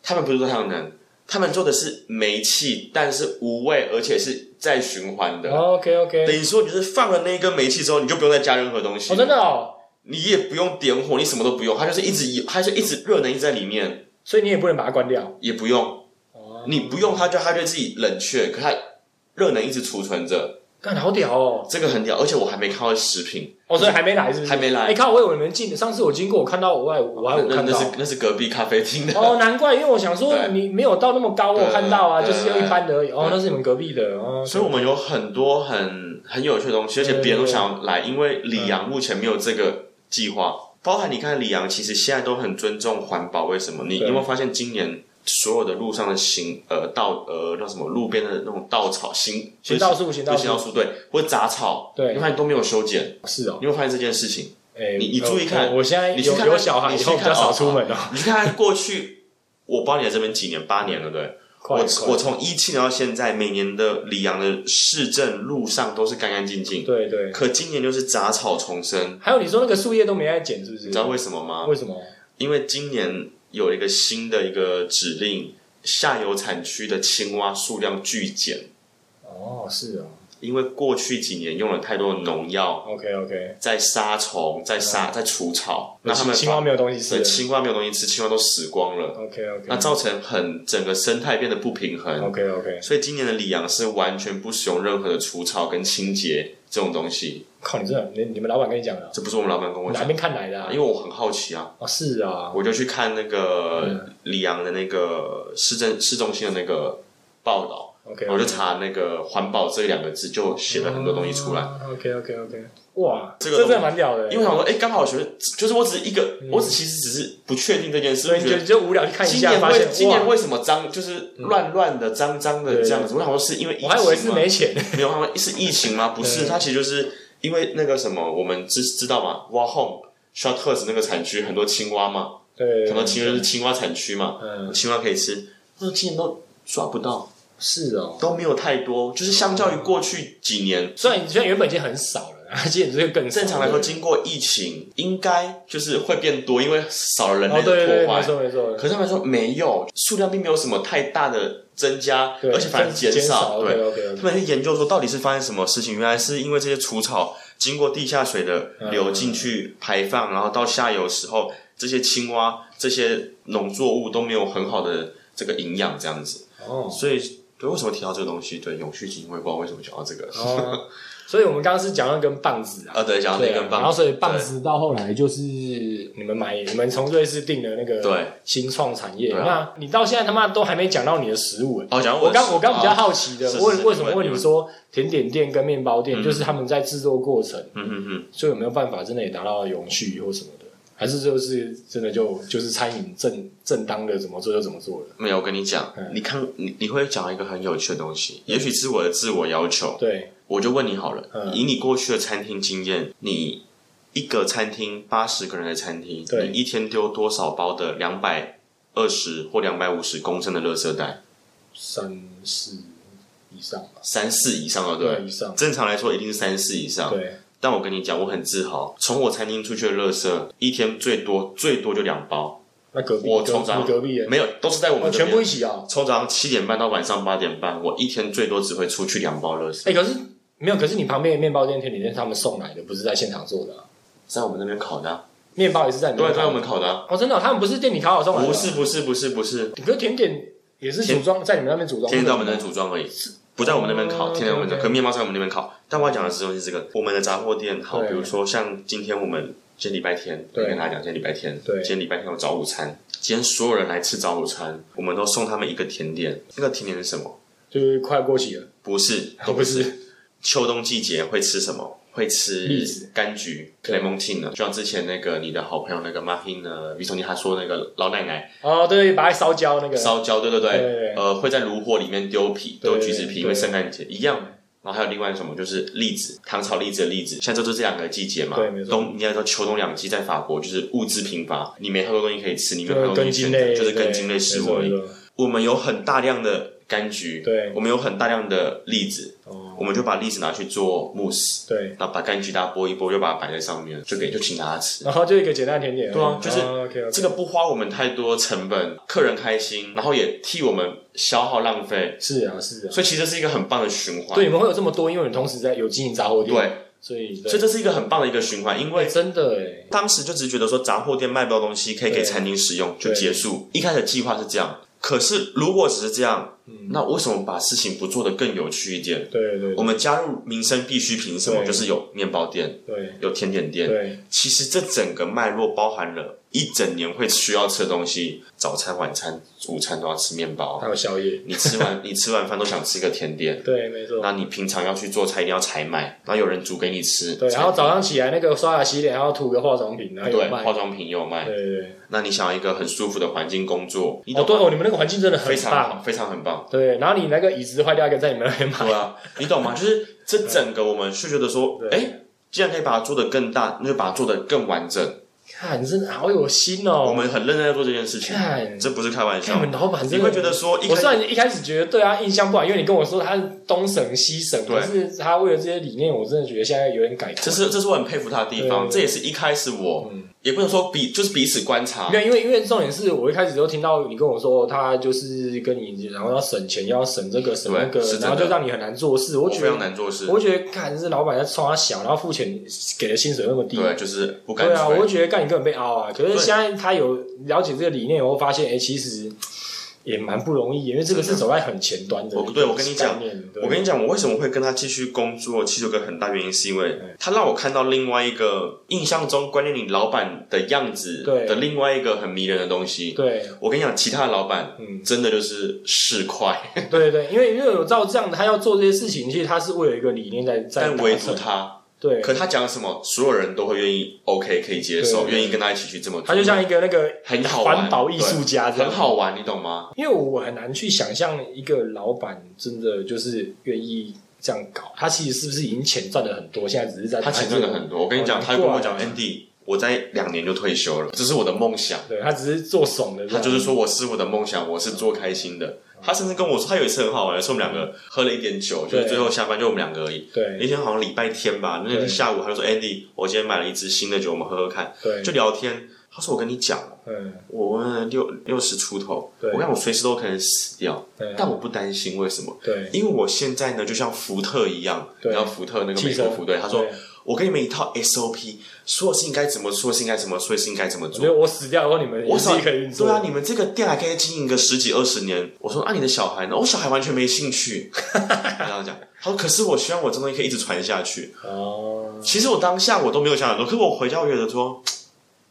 Speaker 2: 他们不是做太阳能，他们做的是煤气，但是无味，而且是再循环的。
Speaker 1: OK OK，
Speaker 2: 等于说，你就是放了那根煤气之后，你就不用再加任何东西，
Speaker 1: 哦，真的哦，
Speaker 2: 你也不用点火，你什么都不用，它就是一直，它就一直热能一直在里面，
Speaker 1: 所以你也不能把它关掉。
Speaker 2: 也不用，
Speaker 1: 哦，
Speaker 2: 你不用它就它就自己冷却，可它热能一直储存着，
Speaker 1: 干好屌哦！
Speaker 2: 这个很屌，而且我还没看到食品，
Speaker 1: 哦，所以还没来是不是？
Speaker 2: 还没来
Speaker 1: 哎，看我以为你们进，上次我经过，我看到我外，我还有
Speaker 2: 那
Speaker 1: 看
Speaker 2: 那
Speaker 1: 到
Speaker 2: 是。那是隔壁咖啡厅的，
Speaker 1: 哦，难怪，因为我想说
Speaker 2: 对
Speaker 1: 你没有到那么高，
Speaker 2: 对
Speaker 1: 我看到啊，
Speaker 2: 对
Speaker 1: 就是用一般的而已。哦，
Speaker 2: 对
Speaker 1: 那是你们隔壁的哦。
Speaker 2: 所以我们有很多很很有趣的东西，而且别人都想要来，因为里昂
Speaker 1: 嗯
Speaker 2: 目前没有这个计划。包含你看里昂，其实现在都很尊重环保，为什么？你你
Speaker 1: 对
Speaker 2: 有没有发现今年所有的路上的行呃稻呃叫什么路边的那种稻草行
Speaker 1: 行道树，行
Speaker 2: 对
Speaker 1: 道
Speaker 2: 行道
Speaker 1: 树，
Speaker 2: 树对，或者杂草，
Speaker 1: 对
Speaker 2: 你会发现都没有修剪，
Speaker 1: 是哦。
Speaker 2: 你会发现这件事情。
Speaker 1: 哎，
Speaker 2: 你你注意看
Speaker 1: 我我现在
Speaker 2: 你去
Speaker 1: 有
Speaker 2: 看
Speaker 1: 有小孩，以
Speaker 2: 你去
Speaker 1: 后比较
Speaker 2: 看
Speaker 1: 少
Speaker 2: 哦
Speaker 1: 出门哦。
Speaker 2: 你看看过去，我帮你在这边几年，八年了，对不对。
Speaker 1: 快
Speaker 2: 我
Speaker 1: 快
Speaker 2: 我从一七年到现在，每年的里昂的市政路上都是干干净净，
Speaker 1: 对对，
Speaker 2: 可今年就是杂草丛生，
Speaker 1: 还有你说那个树叶都没在剪，是不是
Speaker 2: 你知？道为什么吗？
Speaker 1: 为什么？
Speaker 2: 因为今年有一个新的一个指令，下游产区的青蛙数量巨减，
Speaker 1: 哦，是哦。
Speaker 2: 因为过去几年用了太多农药，
Speaker 1: OK OK，
Speaker 2: 在杀虫、在杀、在除草，那他
Speaker 1: 嗯
Speaker 2: 们
Speaker 1: 青蛙没有东西
Speaker 2: 把对
Speaker 1: 吃。
Speaker 2: 青蛙没有东西吃，青蛙都死光了，
Speaker 1: OK OK，
Speaker 2: 那造成很整个生态变得不平衡。
Speaker 1: OK OK，
Speaker 2: 所以今年的里昂是完全不使用任何的除草跟清洁这种东西，
Speaker 1: 靠，你这你你们老板跟你讲的啊，
Speaker 2: 这不是我们老板跟我
Speaker 1: 哪
Speaker 2: 讲，哎
Speaker 1: 边看来的啊
Speaker 2: 因？为我很好奇啊，
Speaker 1: 哦，是啊，
Speaker 2: 我就去看那
Speaker 1: 嗯
Speaker 2: 个里昂的那个市政市中心的那个报道，
Speaker 1: OK，
Speaker 2: 我就查那个环保这两个字，就写了很多东西出来。
Speaker 1: OK OK OK，哇，
Speaker 2: 这
Speaker 1: 这
Speaker 2: 个
Speaker 1: 真的蛮屌的，
Speaker 2: 因为我想说，哎、刚好我觉得，就是我只是一个，我只其实只是不确定这件
Speaker 1: 嗯
Speaker 2: 事，
Speaker 1: 所以
Speaker 2: 我
Speaker 1: 你
Speaker 2: 觉
Speaker 1: 就
Speaker 2: 得
Speaker 1: 就无聊去看一
Speaker 2: 今
Speaker 1: 下，
Speaker 2: 年
Speaker 1: 发
Speaker 2: 为
Speaker 1: 现
Speaker 2: 今年
Speaker 1: 哇，嗯
Speaker 2: 为什么脏，就是乱乱的、脏脏的
Speaker 1: 对
Speaker 2: 这样子。我想说，是因为疫情
Speaker 1: 我还以为是
Speaker 2: 吗
Speaker 1: 没钱，
Speaker 2: 没有，他们是疫情吗？不是，
Speaker 1: 对
Speaker 2: 它其实就是因为那个什么，我们知知道嘛 w a h o m s h o t h u r s 那个产区很多青蛙嘛，
Speaker 1: 对，
Speaker 2: 很多青蛙就是青蛙产区嘛，
Speaker 1: 嗯
Speaker 2: 呃青蛙可以吃，但是今年都抓不到，
Speaker 1: 是哦，
Speaker 2: 都没有太多，就是相较于过去几年，
Speaker 1: 虽然虽然原本已经很少了，然后今年就更少
Speaker 2: 正常来说，经过疫情应该就是会变多，因为少了人类
Speaker 1: 哦对
Speaker 2: 的
Speaker 1: 对对，
Speaker 2: 破
Speaker 1: 没
Speaker 2: 坏。
Speaker 1: 错没错，
Speaker 2: 可是他们说没有，数量并没有什么太大的增加，
Speaker 1: 对
Speaker 2: 而且反而
Speaker 1: 减
Speaker 2: 少。对，
Speaker 1: ，OK OK
Speaker 2: 他们去研究说到底是发生什么事情，原来是因为这些除草经过地下水的流进去排放，然后到下游时候，这些青蛙、这些农作物都没有很好的这个营养，这样子。
Speaker 1: 哦。
Speaker 2: 所以，对，为什么提到这个东西？对，永续基金会，不知道为什么讲到这个。
Speaker 1: 哦，所以我们刚刚是讲到跟棒子啊，
Speaker 2: 啊，对，讲到那
Speaker 1: 对
Speaker 2: 根
Speaker 1: 啊，然后
Speaker 2: 棒，
Speaker 1: 所以棒子到后来就是你们买，你们从瑞士订的那个
Speaker 2: 对
Speaker 1: 新创产业，
Speaker 2: 对啊
Speaker 1: 那你到现在他妈都还没讲到你的食物、欸。
Speaker 2: 哦，讲到
Speaker 1: 我啊
Speaker 2: 的
Speaker 1: 刚我刚比较
Speaker 2: 哦
Speaker 1: 好奇的
Speaker 2: 是，是
Speaker 1: 问
Speaker 2: 是
Speaker 1: 为什么
Speaker 2: 你问
Speaker 1: 问你说甜点店跟面包店，就是他们在制作过程，
Speaker 2: 嗯嗯嗯，
Speaker 1: 就有没有办法真的也达到永续或什么的，还是就是真的就就是餐饮正正当的怎么做就怎么做了？
Speaker 2: 没有，我跟你讲，
Speaker 1: 嗯
Speaker 2: 你看，你你会讲到一个很有趣的东西，也许是我的自我要求。
Speaker 1: 对，
Speaker 2: 我就问你好了，
Speaker 1: 嗯
Speaker 2: 以你过去的餐厅经验，你一个餐厅八十个人的餐厅，
Speaker 1: 对
Speaker 2: 你一天丢多少包的两百二十或两百五十公升的垃圾袋？
Speaker 1: 三四以上吧，
Speaker 2: 三四以上的，对不对。
Speaker 1: 以上，
Speaker 2: 正常来说一定是三四以上，
Speaker 1: 对，
Speaker 2: 但我跟你讲，我很自豪，从我餐厅出去的垃圾一天最多最多就两包，
Speaker 1: 那隔壁
Speaker 2: 我
Speaker 1: 隔
Speaker 2: 从早
Speaker 1: 你
Speaker 2: 上
Speaker 1: 隔壁人，
Speaker 2: 没有，都是在我
Speaker 1: 哦
Speaker 2: 们这
Speaker 1: 全
Speaker 2: 边。
Speaker 1: 部一起啊、
Speaker 2: 从早上七点半到晚上八点半，我一天最多只会出去两包垃圾，
Speaker 1: 哎、可是没有，可是你旁边的面包店、甜点店是他们送来的，不是在现场做的、啊，
Speaker 2: 在我们那边烤的啊、
Speaker 1: 面包也是在你
Speaker 2: 对，
Speaker 1: 们
Speaker 2: 在我们烤的啊、
Speaker 1: 哦，真的哦、他们不是店里烤好送来的啊、
Speaker 2: 不是不是不是不是，
Speaker 1: 可是甜点，也是组装在你们那边组装，
Speaker 2: 天天在我们那边组装而已，不在我们那边烤，
Speaker 1: 哦
Speaker 2: 天天在我们那
Speaker 1: OK，OK
Speaker 2: 可面包在我们那边烤。但我要讲的事情是这个，我们的杂货店好，
Speaker 1: 对
Speaker 2: 比如说像今天我们今天礼拜天，
Speaker 1: 对
Speaker 2: 我跟大家讲今天礼拜天，
Speaker 1: 对
Speaker 2: 今天礼拜天有早午餐，今天所有人来吃早午餐，我们都送他们一个甜点，那个甜点是什么？
Speaker 1: 就是快过期了，
Speaker 2: 不 是，都
Speaker 1: 哦不
Speaker 2: 不是。秋冬季节会吃什么？会吃
Speaker 1: 栗子
Speaker 2: 柑橘
Speaker 1: 对
Speaker 2: （lemon tea） 呢？就像之前那个你的好朋友那个 Martin 呢，比索尼他说那个老奶奶
Speaker 1: 哦，对，把它烧焦那个，
Speaker 2: 烧焦，对对对，
Speaker 1: 对
Speaker 2: 呃，会在炉火里面丢皮，
Speaker 1: 对
Speaker 2: 丢橘子皮，
Speaker 1: 对
Speaker 2: 因为圣诞节一样。然后还有另外什么，就是栗子，糖炒栗子的栗子，现在就是这两个季节嘛
Speaker 1: 嗯对没，错
Speaker 2: 冬应该说秋冬两季，在法国就是物资贫乏，你没太多东西可以吃，你
Speaker 1: 就
Speaker 2: 没有太
Speaker 1: 是
Speaker 2: 多东
Speaker 1: 根
Speaker 2: 西
Speaker 1: 茎
Speaker 2: 选择，
Speaker 1: 类，
Speaker 2: 就是
Speaker 1: 对
Speaker 2: 根茎类食物而已。
Speaker 1: 没错没错
Speaker 2: 我们有很大量的柑橘，
Speaker 1: 对
Speaker 2: 我们有很大量的栗子，
Speaker 1: 哦，
Speaker 2: 我们就把栗子拿去做慕斯，
Speaker 1: 对，
Speaker 2: 然后把柑橘大家剥一剥，就把它摆在上面，就给就请大家吃。
Speaker 1: 然后就一个简单的甜点而已，哦
Speaker 2: 对啊就是
Speaker 1: OK OK，
Speaker 2: 这个不花我们太多成本，客人开心，然后也替我们消耗浪费，
Speaker 1: 是啊是啊，
Speaker 2: 所以其实是一个很棒的循环。
Speaker 1: 对，你们会有这么多，因为你同时在有经营杂货店，
Speaker 2: 对，
Speaker 1: 所以
Speaker 2: 所以这是一个很棒的一个循环，因
Speaker 1: 对
Speaker 2: 为
Speaker 1: 真的哎，
Speaker 2: 当时就只是觉得说杂货店卖不到东西，可以给
Speaker 1: 对
Speaker 2: 餐厅使用就
Speaker 1: 对
Speaker 2: 结束。一开始计划是这样，可是如果只是这样，
Speaker 1: 嗯
Speaker 2: 那为什么把事情不做得更有趣一点？
Speaker 1: 对对
Speaker 2: 我们加入民生必需品什么，
Speaker 1: 对
Speaker 2: 就是有面包店，
Speaker 1: 对
Speaker 2: 有甜点店，
Speaker 1: 对
Speaker 2: 其实这整个脉络包含了一整年会需要吃的东西，早餐、晚餐、午餐都要吃面包
Speaker 1: 还。有宵夜，
Speaker 2: 你吃完 你吃完饭都想吃个甜点，
Speaker 1: 对，没错。
Speaker 2: 那你平常要去做菜一定要采买，然后有人煮给你吃。
Speaker 1: 对，
Speaker 2: 采
Speaker 1: 然后早上起来那个刷牙洗脸，然后涂个化妆品，然后
Speaker 2: 对
Speaker 1: 有卖。
Speaker 2: 化妆品也有卖。
Speaker 1: 对对
Speaker 2: 那你想要一个很舒服的环境工作，你
Speaker 1: 对。哦，
Speaker 2: 懂
Speaker 1: 对哦，
Speaker 2: 吗？
Speaker 1: 你们那个环境真的很
Speaker 2: 非常
Speaker 1: 棒。
Speaker 2: 好，非常很棒。
Speaker 1: 对，然后你那个椅子坏掉，一个在你们那边
Speaker 2: 对
Speaker 1: 买。
Speaker 2: 啊，你懂吗？ 就是这整个我们是觉得说，
Speaker 1: 对
Speaker 2: 哎，既然可以把它做得更大，那就把它做得更完整。
Speaker 1: 看，你真的好有心哦。
Speaker 2: 我们很认真在做这件事情，
Speaker 1: 看，
Speaker 2: 这不是开玩
Speaker 1: 看你
Speaker 2: 笑。
Speaker 1: 们老板
Speaker 2: 你
Speaker 1: 真的。
Speaker 2: 会觉得说，一
Speaker 1: 我
Speaker 2: 开始
Speaker 1: 虽然一开始觉得对啊他印象不好，因为你跟我说他是东省西省，
Speaker 2: 对
Speaker 1: 可是他为了这些理念，我真的觉得现在有点改观。
Speaker 2: 这是这是我很佩服他的地方，
Speaker 1: 对
Speaker 2: 这也是一开始我、也不能说彼就是彼此观察
Speaker 1: 没，有，因为因为重点是我一开始就听到你跟我说，他就是跟你，然后要省钱，要省这个省那个
Speaker 2: 对是，真的
Speaker 1: 然后就让你很难做事。
Speaker 2: 我
Speaker 1: 我觉
Speaker 2: 非
Speaker 1: 得
Speaker 2: 常难做事
Speaker 1: 我，会觉得看这老板在冲他小，然后付钱给的薪水那么低，
Speaker 2: 对，就是不干
Speaker 1: 对
Speaker 2: 脆。
Speaker 1: 啊，我会觉得干你根本被凹啊。可是
Speaker 2: 对
Speaker 1: 现在他有了解这个理念以后，发现哎、诶其实也蛮不容易，因为这个是走在很前端的。
Speaker 2: 我对我跟你讲，
Speaker 1: 对
Speaker 2: 我跟你讲，我为什么会跟他继续工作，其实有个很大原因是因为他让我看到另外一个印象中关于你老板的样子
Speaker 1: 对
Speaker 2: 的另外一个很迷人的东西。
Speaker 1: 对
Speaker 2: 我跟你讲，其他的老板
Speaker 1: 嗯
Speaker 2: 真的就是市侩，
Speaker 1: 对对，因为因为有照这样，他要做这些事情，其实他是为了一个理念在在
Speaker 2: 但唯
Speaker 1: 打
Speaker 2: 独
Speaker 1: 算
Speaker 2: 他，
Speaker 1: 对，
Speaker 2: 可他讲什么，所有人都会愿意 OK 可以接受，
Speaker 1: 对
Speaker 2: 愿意跟他一起去这么做。
Speaker 1: 他就像一个那个
Speaker 2: 很好玩，
Speaker 1: 环保艺术家
Speaker 2: 对
Speaker 1: 这样
Speaker 2: 很。好玩，你懂吗？
Speaker 1: 因为我很难去想象一个老板真的就是愿意这样搞，他其实是不是已经钱赚了很多，现在只是在
Speaker 2: 他钱赚了很多。我跟你讲，
Speaker 1: 哦
Speaker 2: 他跟我
Speaker 1: 难哎
Speaker 2: 讲
Speaker 1: 怪
Speaker 2: ，Andy，我在两年就退休了，这是我的梦想。
Speaker 1: 对他只是做爽的这
Speaker 2: 他
Speaker 1: 样，
Speaker 2: 就是说我是我的梦想，我是做开心的。他甚至跟我说，他有一次很好玩，是我们两个喝了一点酒，就是
Speaker 1: 对
Speaker 2: 最后下班就我们两个而已。那
Speaker 1: 对
Speaker 2: 天好像礼拜天吧，那天
Speaker 1: 对
Speaker 2: 下午他就说：“Andy，我今天买了一支新的酒，我们喝喝看。”
Speaker 1: 对，
Speaker 2: 就聊天。他说：“我跟你讲，
Speaker 1: 嗯
Speaker 2: 我嗯六六十出头，
Speaker 1: 对
Speaker 2: 我看我随时都可能死掉，
Speaker 1: 对
Speaker 2: 但我不担心。为什么？
Speaker 1: 对
Speaker 2: 因为我现在呢，就像福特一样，
Speaker 1: 对
Speaker 2: 然后福特那个
Speaker 1: 汽
Speaker 2: 美
Speaker 1: 车
Speaker 2: 国福队，他说
Speaker 1: 对
Speaker 2: 我给你们一套 SOP，所有事情该怎么说，事情该怎么说，事情该怎么
Speaker 1: 我
Speaker 2: 做
Speaker 1: 觉。得我死掉以后，你们
Speaker 2: 我
Speaker 1: 也
Speaker 2: 少
Speaker 1: 是可以运作。
Speaker 2: 对啊，你们这个店还可以经营个十几二十年。我说啊，你的小孩呢？我、小孩完全没兴 趣。他这样讲，他说可是我希望我这东西可以一直传下去。
Speaker 1: 哦，
Speaker 2: 其实我当下我都没有想很多，可是我回家我觉得说，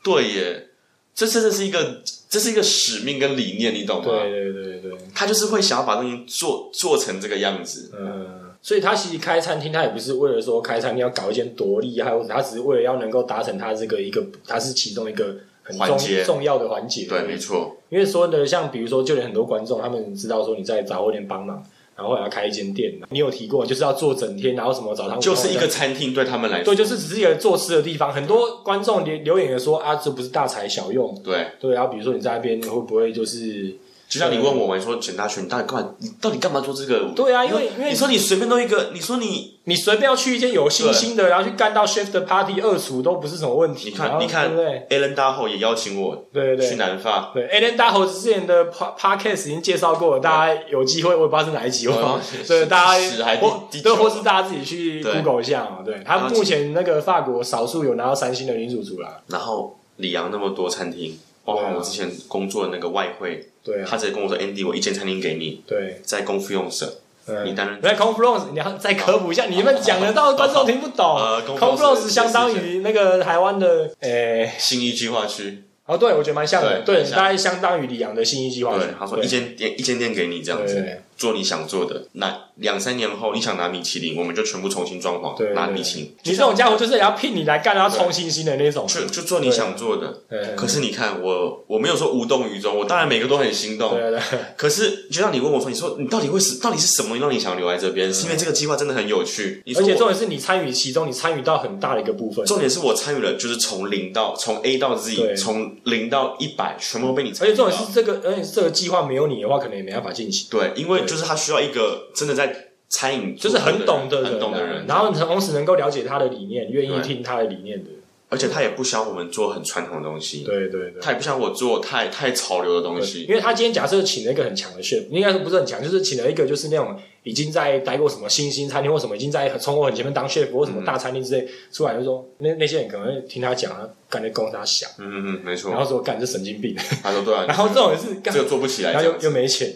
Speaker 2: 对耶，这真的是一个这是一个使命跟理念，你懂吗？
Speaker 1: 对对对对，
Speaker 2: 他就是会想要把东西做做成这个样子。
Speaker 1: 嗯，所以他其实开餐厅，他也不是为了说开餐厅要搞一间多厉害，或者他只是为了要能够达成他这个一个，他是其中一个很
Speaker 2: 环
Speaker 1: 重
Speaker 2: 节
Speaker 1: 重要的环节。
Speaker 2: 对，没错，
Speaker 1: 因为说的像比如说，就连很多观众他们知道说你在杂货店帮忙，然后后来要开一间店，你有提过就是要做整天，然后什么早上
Speaker 2: 就是一个餐厅对他们来说，
Speaker 1: 对，就是只是一个做吃的地方。很多观众留留言也说啊，这不是大材小用。
Speaker 2: 对，
Speaker 1: 对，然后比如说你在那边会不会就是呃
Speaker 2: 就像你问我们说，简大学，你到底干嘛？你到底干嘛做这个？
Speaker 1: 对啊？因为因为
Speaker 2: 你说你随便弄一个，你说你
Speaker 1: 你随便要去一间有信心的，然后去干到 chef 的 party 二厨都不是什么问题。
Speaker 2: 你看
Speaker 1: 然后
Speaker 2: 你
Speaker 1: 对不
Speaker 2: 看
Speaker 1: 对？
Speaker 2: Alan 大后也邀请我
Speaker 1: 对对
Speaker 2: 去
Speaker 1: 对。
Speaker 2: 南发，
Speaker 1: 对，Alan 大猴之前的 pod- podcast 已经介绍过了，大家有机会，我也不知道是哪一集，我忘了
Speaker 2: 是
Speaker 1: 对
Speaker 2: 是
Speaker 1: 大
Speaker 2: 第十还
Speaker 1: 家
Speaker 2: 是
Speaker 1: 或
Speaker 2: 第第
Speaker 1: 对，
Speaker 2: 九
Speaker 1: 或是大家自己去
Speaker 2: 对
Speaker 1: Google 一下嘛。对，
Speaker 2: 然
Speaker 1: 他
Speaker 2: 后
Speaker 1: 目前那个法国少数有拿到三星的女主厨啦。
Speaker 2: 然后里昂那么多餐厅，包含我之前工作的那个外汇，
Speaker 1: 啊对啊，
Speaker 2: 他直接跟我说，Andy，我一间餐厅给你，
Speaker 1: 对，
Speaker 2: 在功夫用社，
Speaker 1: 嗯
Speaker 2: 你担任
Speaker 1: 来 Confluence，你要再科普一下，你们讲得到观众听不懂。
Speaker 2: 呃
Speaker 1: Confluence 相当于那个台湾的，诶，
Speaker 2: 新一计划区，
Speaker 1: 哦，对，我觉得蛮像的，
Speaker 2: 对
Speaker 1: 对，
Speaker 2: 蛮像
Speaker 1: 大概相当于里昂的新一计划。
Speaker 2: 对，他说一间店一间店给你这样
Speaker 1: 对
Speaker 2: 子
Speaker 1: 对对，
Speaker 2: 做你想做的。那两三年后你想拿米其林，我们就全部重新装
Speaker 1: 对
Speaker 2: 潢，
Speaker 1: 对
Speaker 2: 拿米其林，
Speaker 1: 你这种家伙就是要聘你来干，然后冲新星的那种。
Speaker 2: 就就做你想做的。
Speaker 1: 对，
Speaker 2: 可是你看我，我没有说无动于衷，我当然每个都很心动。
Speaker 1: 对对
Speaker 2: 可是就像你问我说，你说你到底会是到底是什么让你想留在这边？是因为这个计划真的很有趣，你
Speaker 1: 对，
Speaker 2: 说
Speaker 1: 而且
Speaker 2: 我
Speaker 1: 重点是你参与其中，你参与到很大的一个部分。
Speaker 2: 重点是我参与了，就是从零到从 A 到 Z，
Speaker 1: 对
Speaker 2: 从零到一百，全部都被你参
Speaker 1: 而
Speaker 2: 与
Speaker 1: 且
Speaker 2: 到。
Speaker 1: 重点是这个，而且这个计划没有你的话，可能也没办法进行。
Speaker 2: 对，因为就是他需要一个真的在餐饮
Speaker 1: 就是很懂的人啊，
Speaker 2: 的很懂人，
Speaker 1: 然后同时能够了解他的理念，愿意
Speaker 2: 对
Speaker 1: 听他的理念的。
Speaker 2: 而且他也不想我们做很传统的东西，
Speaker 1: 对对对。
Speaker 2: 他也不想我做太太潮流的东西。
Speaker 1: 因为他今天假设请了一个很强的 chef，应该说不是很强，就是请了一个就是那种已经在待过什么新兴餐厅或什么，已经在从我很前面当 chef 或什
Speaker 2: 嗯
Speaker 1: 么大餐厅之类、出来，就说那那些人可能会听他讲，啊他感觉供他想，
Speaker 2: 嗯嗯，嗯没
Speaker 1: 然
Speaker 2: 错。
Speaker 1: 后说干这神经病，
Speaker 2: 他说对啊，
Speaker 1: 然后这种人是
Speaker 2: 这
Speaker 1: 干，
Speaker 2: 个做不起来
Speaker 1: 然后
Speaker 2: 这
Speaker 1: 又
Speaker 2: 样子，
Speaker 1: 又没钱，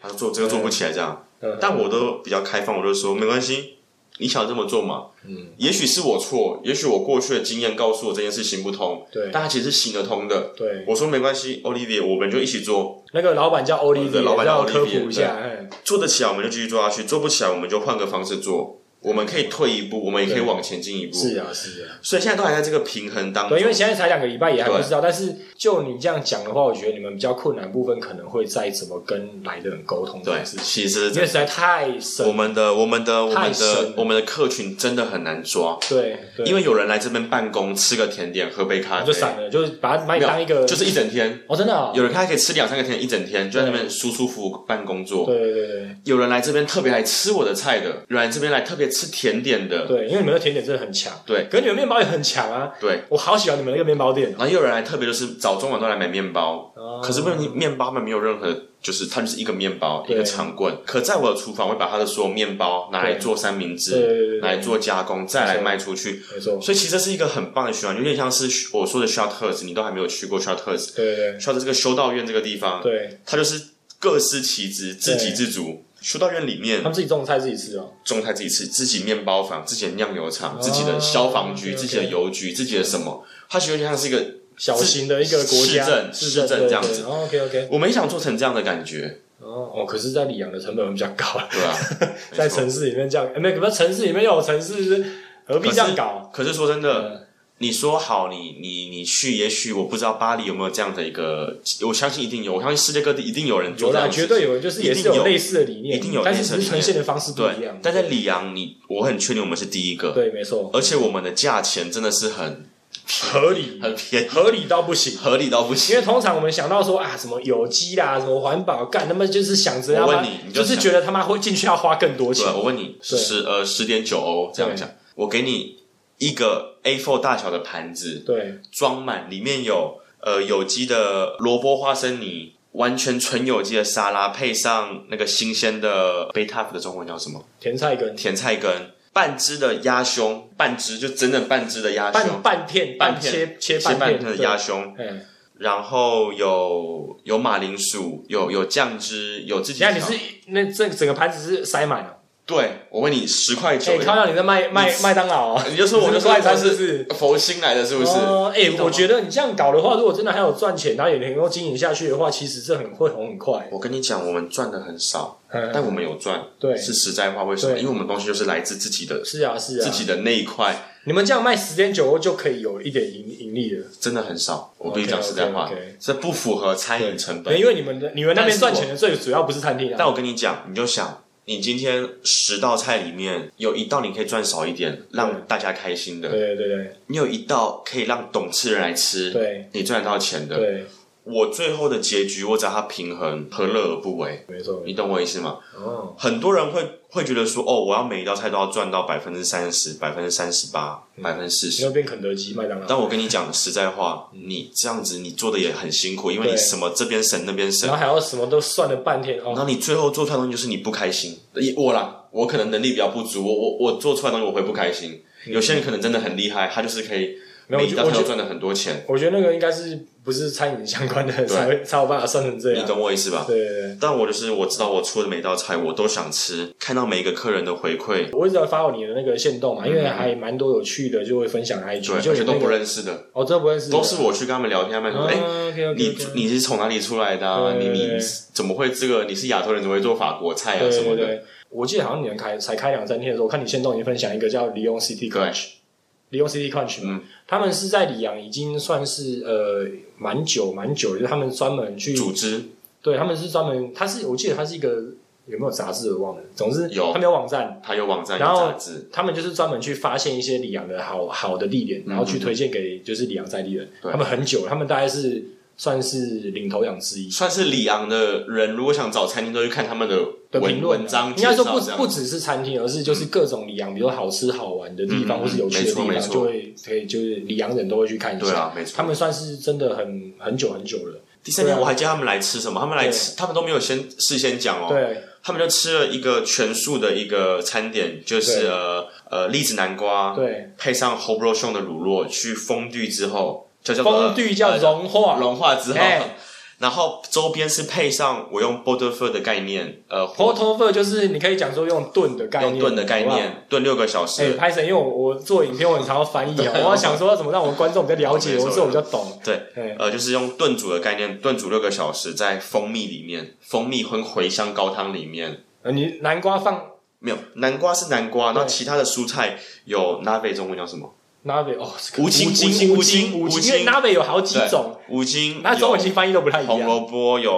Speaker 2: 他说做这个做不起来这样。
Speaker 1: 嗯，
Speaker 2: 呃但我都比较开放，我就说没关系，你想这么做嘛？
Speaker 1: 嗯，
Speaker 2: 也许是我错，也许我过去的经验告诉我这件事行不通，
Speaker 1: 对
Speaker 2: 但它其实是行得通的。
Speaker 1: 对，
Speaker 2: 我说没关系，Olivia，我们就一起做，
Speaker 1: 那个老板叫 o l i
Speaker 2: 对
Speaker 1: v
Speaker 2: 老板叫
Speaker 1: 要科
Speaker 2: Olivier，
Speaker 1: 普一下，哎
Speaker 2: 做得起来我们就继续做下去，做不起来我们就换个方式做。我们可以退一步，我们也可以
Speaker 1: 对
Speaker 2: 往前进一步。
Speaker 1: 是啊是啊，
Speaker 2: 所以现在都还在这个平衡当中。
Speaker 1: 对，因为现在才两个礼拜，也还不
Speaker 2: 对
Speaker 1: 知道。但是就你这样讲的话，我觉得你们比较困难的部分可能会在怎么跟来的人沟通这
Speaker 2: 对，
Speaker 1: 件事情，
Speaker 2: 其实
Speaker 1: 因为实在太深
Speaker 2: 我。们的我们的我
Speaker 1: 太
Speaker 2: 们
Speaker 1: 深
Speaker 2: 的
Speaker 1: 了
Speaker 2: 我们的客群真的很难抓，
Speaker 1: 对，对
Speaker 2: 因为有人来这边办公，吃个甜点，喝杯咖
Speaker 1: 我
Speaker 2: 啡，
Speaker 1: 就散了，就是把它把你当一个，
Speaker 2: 就是一整天。
Speaker 1: 哦，真的啊，
Speaker 2: 有人他可以吃两三个甜点一整天，就在那边舒舒服服办工作。
Speaker 1: 对对对对
Speaker 2: 有人来这边特别来吃我的菜的，有人来这边来特别吃甜点的，
Speaker 1: 对，因为你们的甜点真的很强，
Speaker 2: 对
Speaker 1: 可是你们面包也很强啊，
Speaker 2: 对。
Speaker 1: 我好喜欢你们那个面包店
Speaker 2: 然后也有人来特别就是早中晚都来买面包，
Speaker 1: 哦，
Speaker 2: 可是问题面包们没有任何，就是它就是一个面包一
Speaker 1: 对
Speaker 2: 个长棍。可在我的厨房，我会把它的所有面包拿来做三明
Speaker 1: 对对
Speaker 2: 治，
Speaker 1: 对对
Speaker 2: 拿来做加工，再来卖出去。
Speaker 1: 哦没错，
Speaker 2: 所以其实这是一个很棒的循环，有点像是我说的 Shutters，你都还没有去过 Shutters。
Speaker 1: 对对
Speaker 2: Shutters 这个修道院这个地方，
Speaker 1: 对，
Speaker 2: 它就是各司其职，自给自足。修道院里
Speaker 1: 他
Speaker 2: 面
Speaker 1: 们自己种菜自己吃哦，
Speaker 2: 种菜自己吃，自己面包房、自己的酿油厂、
Speaker 1: 哦
Speaker 2: 自己的消防局、
Speaker 1: OK，OK
Speaker 2: 自己的邮局、自己的什么，它其实有点像是一个
Speaker 1: 小型的一个国家
Speaker 2: 市政
Speaker 1: 市
Speaker 2: 市政这样子
Speaker 1: ，OK OK，
Speaker 2: 我们也想做成这样的感觉，
Speaker 1: 哦哦，可是，在里昂的成本会比较高啊，
Speaker 2: 对啊，
Speaker 1: 在
Speaker 2: 没错
Speaker 1: 城市里面这样，哎，没，可是城市里面又有城市，何必这样搞？
Speaker 2: 可是说真的，
Speaker 1: 嗯
Speaker 2: 你说好，你你你去，也许我不知道巴黎有没有这样的一个，我相信一定有，我相信世界各地一定有人做
Speaker 1: 有
Speaker 2: 这样
Speaker 1: 啦，
Speaker 2: 的
Speaker 1: 绝
Speaker 2: 事情，
Speaker 1: 对有，就是也是
Speaker 2: 一定有
Speaker 1: 类似的理念，
Speaker 2: 一定有
Speaker 1: 但
Speaker 2: 类
Speaker 1: 是
Speaker 2: 似
Speaker 1: 只
Speaker 2: 的
Speaker 1: 是呈现的方式不一
Speaker 2: 对
Speaker 1: 样。。
Speaker 2: 但在里昂，你我很确定我们是第一个，
Speaker 1: 对，没错，
Speaker 2: 而且我们的价钱真的是很
Speaker 1: 合理，
Speaker 2: 很便宜，
Speaker 1: 合理到不行。
Speaker 2: 合理到不
Speaker 1: 因
Speaker 2: 行。
Speaker 1: 为通常我们想到说啊，什么有机啦，什么环保，干他妈就是想着要
Speaker 2: 我问
Speaker 1: 花
Speaker 2: 你你
Speaker 1: 就
Speaker 2: 就是想
Speaker 1: 觉得他妈会进去要花更多
Speaker 2: 对，啊
Speaker 1: 钱。
Speaker 2: 我问你，
Speaker 1: 对
Speaker 2: 十呃十点九欧这样讲，我给你一个 A4 大小的盘子，
Speaker 1: 对
Speaker 2: 装满，里面有呃有机的萝卜花生泥。完全纯有机的沙拉，配上那个新鲜的贝塔夫的中文叫什么？
Speaker 1: 甜菜根，
Speaker 2: 甜菜根，半只的鸭胸，半只就整整半只的鸭
Speaker 1: 半
Speaker 2: 胸，
Speaker 1: 半片
Speaker 2: 半
Speaker 1: 切
Speaker 2: 片
Speaker 1: 切
Speaker 2: 切半
Speaker 1: 片
Speaker 2: 片的
Speaker 1: 对
Speaker 2: 鸭胸，
Speaker 1: 嗯，
Speaker 2: 然后有有马铃薯，有有酱汁，有自
Speaker 1: 你
Speaker 2: 己
Speaker 1: 看你
Speaker 2: 调
Speaker 1: 是那这整个盘子是塞满了，
Speaker 2: 对我问你十块九
Speaker 1: 哎，，看到你在卖卖麦当劳啊，
Speaker 2: 你就说我
Speaker 1: 你
Speaker 2: 就是
Speaker 1: 快餐是
Speaker 2: 是
Speaker 1: 不是？
Speaker 2: 佛心来的，是不是？
Speaker 1: 哦哎、
Speaker 2: 你懂吗啊
Speaker 1: 我觉得你这样搞的话，如果真的还有赚钱，然后也能够经营下去的话，其实这很会红很快。
Speaker 2: 我跟你讲，我们赚的很少，
Speaker 1: 嗯，
Speaker 2: 但我们有赚，
Speaker 1: 对，
Speaker 2: 是实在话。为什么？
Speaker 1: 对
Speaker 2: 因为我们东西就是来自自己的，
Speaker 1: 是啊，是啊，
Speaker 2: 自己的那一块，
Speaker 1: 你们这样卖十点九欧就可以有一点盈盈利了，
Speaker 2: 真的很少。我必须讲实在话
Speaker 1: OK，OK，OK，
Speaker 2: 这不符合餐饮成本
Speaker 1: 对，。因为你们的你们那边
Speaker 2: 但是我
Speaker 1: 赚钱的最主要不是餐厅啊，
Speaker 2: 但我跟你讲，你就想，你今天十道菜里面有一道你可以赚少一点，让大家开心的；
Speaker 1: 对对对
Speaker 2: 你有一道可以让懂吃的人来
Speaker 1: 对
Speaker 2: 吃，
Speaker 1: 对
Speaker 2: 你赚得到钱的。
Speaker 1: 对，
Speaker 2: 我最后的结局，我只要它平衡，何乐而不为？
Speaker 1: 没错，
Speaker 2: 你懂我意思吗？
Speaker 1: 哦，
Speaker 2: 很多人会会觉得说，哦，我要每一道菜都要赚到百分之三十、百分之三十八、
Speaker 1: 嗯
Speaker 2: 百分之四
Speaker 1: 你
Speaker 2: 十。
Speaker 1: 要变肯德基、麦当劳，
Speaker 2: 但我跟你讲实在话，你这样子你做的也很辛苦，因为
Speaker 1: 对
Speaker 2: 你什么这边省那边省
Speaker 1: 然，后还要什么都算了半天
Speaker 2: 然
Speaker 1: 哦，
Speaker 2: 后你最后做出来的东西就是你不开心。也我啦，我可能能力比较不足，我我我做出来的东西我会不开心。有些人可能真的很厉害，他就是可以
Speaker 1: 没有
Speaker 2: 每一道菜
Speaker 1: 我
Speaker 2: 都
Speaker 1: 觉
Speaker 2: 赚了很多钱，
Speaker 1: 我觉得那个应该是不是餐饮相关的才会才有办法算成这
Speaker 2: 你
Speaker 1: 样。
Speaker 2: 懂我意思吧？
Speaker 1: 对对对，
Speaker 2: 但我就是我知道我出的每道菜我都想吃，看到每一个客人的回馈，
Speaker 1: 我一直在发你的那个线动嘛，因为还蛮多有趣的，就会分享 IG，
Speaker 2: 嗯对，
Speaker 1: 就有
Speaker 2: 而且都
Speaker 1: 那
Speaker 2: 不
Speaker 1: 个
Speaker 2: 认识的，
Speaker 1: 哦，这不认识的，
Speaker 2: 都是我去跟他们聊天，他们说，哎、
Speaker 1: 啊 OK，OK，OK，
Speaker 2: 你你是从哪里出来的、啊？
Speaker 1: 对
Speaker 2: 你
Speaker 1: 对对
Speaker 2: 你怎么会这个？你是亚洲人，怎么会做法国菜啊
Speaker 1: 对
Speaker 2: 什
Speaker 1: 对
Speaker 2: 么的？
Speaker 1: 对，我记得好像你们开才开两三天的时候，我看你线动已经分享一个叫利用 City
Speaker 2: 对
Speaker 1: Crunch，利用 City Crunch
Speaker 2: 嗯
Speaker 1: 嘛，他们是在里昂已经算是呃蛮久蛮久，就是他们专门去
Speaker 2: 组织
Speaker 1: 对，他们是专门，他是我记得他是一个有没有杂志我忘了，总之
Speaker 2: 有
Speaker 1: 他们有网站，
Speaker 2: 它有网站有
Speaker 1: 然后
Speaker 2: 杂志，
Speaker 1: 他们就是专门去发现一些里昂的好好的地点，然后去推荐给就是里昂在地人。
Speaker 2: 对
Speaker 1: 他们很久，他们大概是算是领头羊之一
Speaker 2: 算是里昂的人，如果想找餐厅，都去看他们的
Speaker 1: 的
Speaker 2: 文
Speaker 1: 评论啊。
Speaker 2: 文章
Speaker 1: 应该
Speaker 2: 介
Speaker 1: 说
Speaker 2: 绍
Speaker 1: 不
Speaker 2: 这样
Speaker 1: 不只是餐厅，而是就是各种里昂，比如说好吃好玩的地方，
Speaker 2: 嗯
Speaker 1: 或是有趣的
Speaker 2: 没
Speaker 1: 地
Speaker 2: 错没
Speaker 1: 方，
Speaker 2: 错
Speaker 1: 就会可以就是里昂人都会去看一
Speaker 2: 对
Speaker 1: 下。
Speaker 2: 啊，没错。
Speaker 1: 他们算是真的很很久很久了，
Speaker 2: 第三天
Speaker 1: 对啊
Speaker 2: 我还叫他们来吃什么？他们来吃，他们都没有先事先讲哦。
Speaker 1: 对，
Speaker 2: 他们就吃了一个全素的一个餐点，就是
Speaker 1: 对
Speaker 2: 呃呃栗子南瓜，
Speaker 1: 对，
Speaker 2: 配上 h o b r o s h o n 的乳酪去封闭之后，就叫做
Speaker 1: 风地叫融
Speaker 2: 呃
Speaker 1: 化，
Speaker 2: 融化之后
Speaker 1: 哎，
Speaker 2: 然后周边是配上我用 b o r d e r f o r 的概念，呃
Speaker 1: p o t o v e r 就是你可以讲说用炖的概念，
Speaker 2: 用炖的概
Speaker 1: 好不好
Speaker 2: 念，炖六个小
Speaker 1: 哎、
Speaker 2: 时。
Speaker 1: 拍成，因为我我做影片，我很常要翻译啊，我要想说要怎么让我们观众比较了解，
Speaker 2: 没错
Speaker 1: 我这我比较懂。哎
Speaker 2: 对，
Speaker 1: 对，
Speaker 2: 呃，就是用炖煮的概念，炖煮六个小时，在蜂蜜里面，蜂蜜跟茴香高汤里面，
Speaker 1: 呃你南瓜放
Speaker 2: 没有，南瓜是南瓜，那
Speaker 1: 对
Speaker 2: 其他的蔬菜有 nabe 中文叫什么？
Speaker 1: nabe 哦，这个
Speaker 2: 无精
Speaker 1: 无
Speaker 2: 无
Speaker 1: 精
Speaker 2: 精
Speaker 1: 无
Speaker 2: 无
Speaker 1: 精，
Speaker 2: 精
Speaker 1: 因为 nabe 有好几种，
Speaker 2: 五金，
Speaker 1: 那中文其实翻译都不太一
Speaker 2: 红
Speaker 1: 样。
Speaker 2: 萝卜有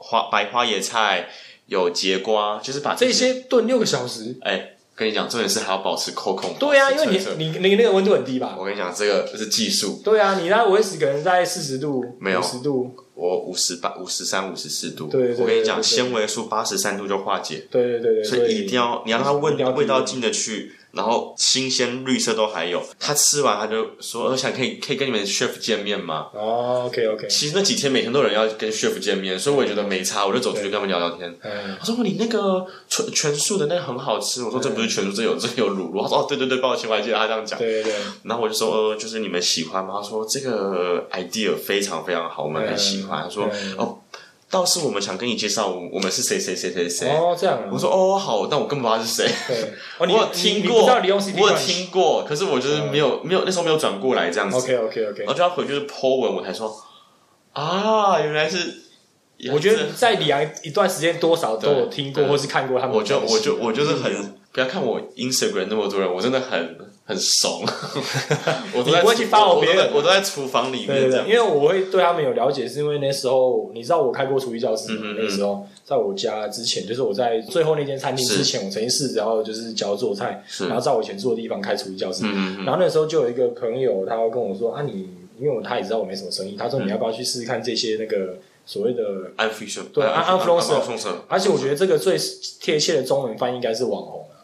Speaker 2: 花白花椰菜，有节瓜，就是把
Speaker 1: 这
Speaker 2: 些。
Speaker 1: 些炖六个小时，
Speaker 2: 哎，跟你讲，重点是还要保持口孔。
Speaker 1: 对啊，
Speaker 2: 保
Speaker 1: 因
Speaker 2: 持
Speaker 1: 为你
Speaker 2: 脆脆
Speaker 1: 你你那个温度很低吧？
Speaker 2: 我跟你讲，这个是技术。
Speaker 1: 对啊，你那维持可能在四十度、
Speaker 2: 没有
Speaker 1: 五十度，
Speaker 2: 我五十八、五十三、五十四度，
Speaker 1: 对对对
Speaker 2: 我跟你讲，
Speaker 1: 对对
Speaker 2: 纤维素八十三度就化解，
Speaker 1: 对对对对，
Speaker 2: 所以一定要你要让它
Speaker 1: 一定要
Speaker 2: 味
Speaker 1: 低
Speaker 2: 味道进得去，然后新鲜绿色都还有。他吃完他就说：“我想可以可以跟你们 chef 见面吗？”
Speaker 1: 哦，OK OK，
Speaker 2: 其实那几天每天都有人要跟 chef 见面，所以我也觉得没差，我就走出去跟他们聊聊天。
Speaker 1: 嗯，
Speaker 2: 他说：“你那个全全素的那个很好吃。”我说：“这不是全素，这有这有乳酪。”他说：“哦，对对对，抱歉，我还记得他这样讲。
Speaker 1: 对对对，
Speaker 2: 然后我就说：“呃，就是你们喜欢吗？”他说：“这个 idea 非常非常好，我们很喜欢。”他说
Speaker 1: 嗯：“
Speaker 2: 哦，倒是我们想跟你介绍，我我们是谁谁谁谁谁。
Speaker 1: 哦，这样”
Speaker 2: 我
Speaker 1: 啊，
Speaker 2: 说：“哦，好，但我根本不知道他是谁。
Speaker 1: 对，
Speaker 2: 我
Speaker 1: 哦，你
Speaker 2: 有
Speaker 1: 你
Speaker 2: 听
Speaker 1: 你
Speaker 2: 过，
Speaker 1: 不知道利用 CD
Speaker 2: 我有听过，可是我就是没有没有那时候没有转过来这样子。
Speaker 1: ，OK OK OK，
Speaker 2: 然后就要回就是 Po 文，我才说啊，原来是，
Speaker 1: 我觉得在里昂一段时间，多少都有听过
Speaker 2: 对
Speaker 1: 或是看过他们
Speaker 2: 我
Speaker 1: 的
Speaker 2: 就
Speaker 1: 东西。
Speaker 2: 我就我就是
Speaker 1: 嗯
Speaker 2: 很，不要看我 Instagram 那么多人，我真的很很 怂，我都在
Speaker 1: 你不会去 follow
Speaker 2: 我都在
Speaker 1: 别人啊
Speaker 2: 我都在厨房里
Speaker 1: 对对
Speaker 2: 面这
Speaker 1: 对，
Speaker 2: 样
Speaker 1: 因。为我会对他们有了解，是因为那时候你知道我开过厨艺教室嘛
Speaker 2: 嗯嗯嗯
Speaker 1: 那时候在我家之前，就是我在最后那间餐厅
Speaker 2: 是
Speaker 1: 之前，我曾经试着要就是教做菜，
Speaker 2: 是
Speaker 1: 然后在我以前住的地方开厨艺教室。
Speaker 2: 嗯嗯嗯
Speaker 1: 然后那时候就有一个朋友，他跟我说啊你，因为我他也知道我没什么生意，他说
Speaker 2: 嗯
Speaker 1: 你要不要去试试看这些那个所谓的，
Speaker 2: 安 f i s h e r
Speaker 1: 对安
Speaker 2: 安
Speaker 1: 安 Flusher
Speaker 2: 安 Flusher
Speaker 1: 而且我觉得这个最贴切的中文翻译应该是网红啊。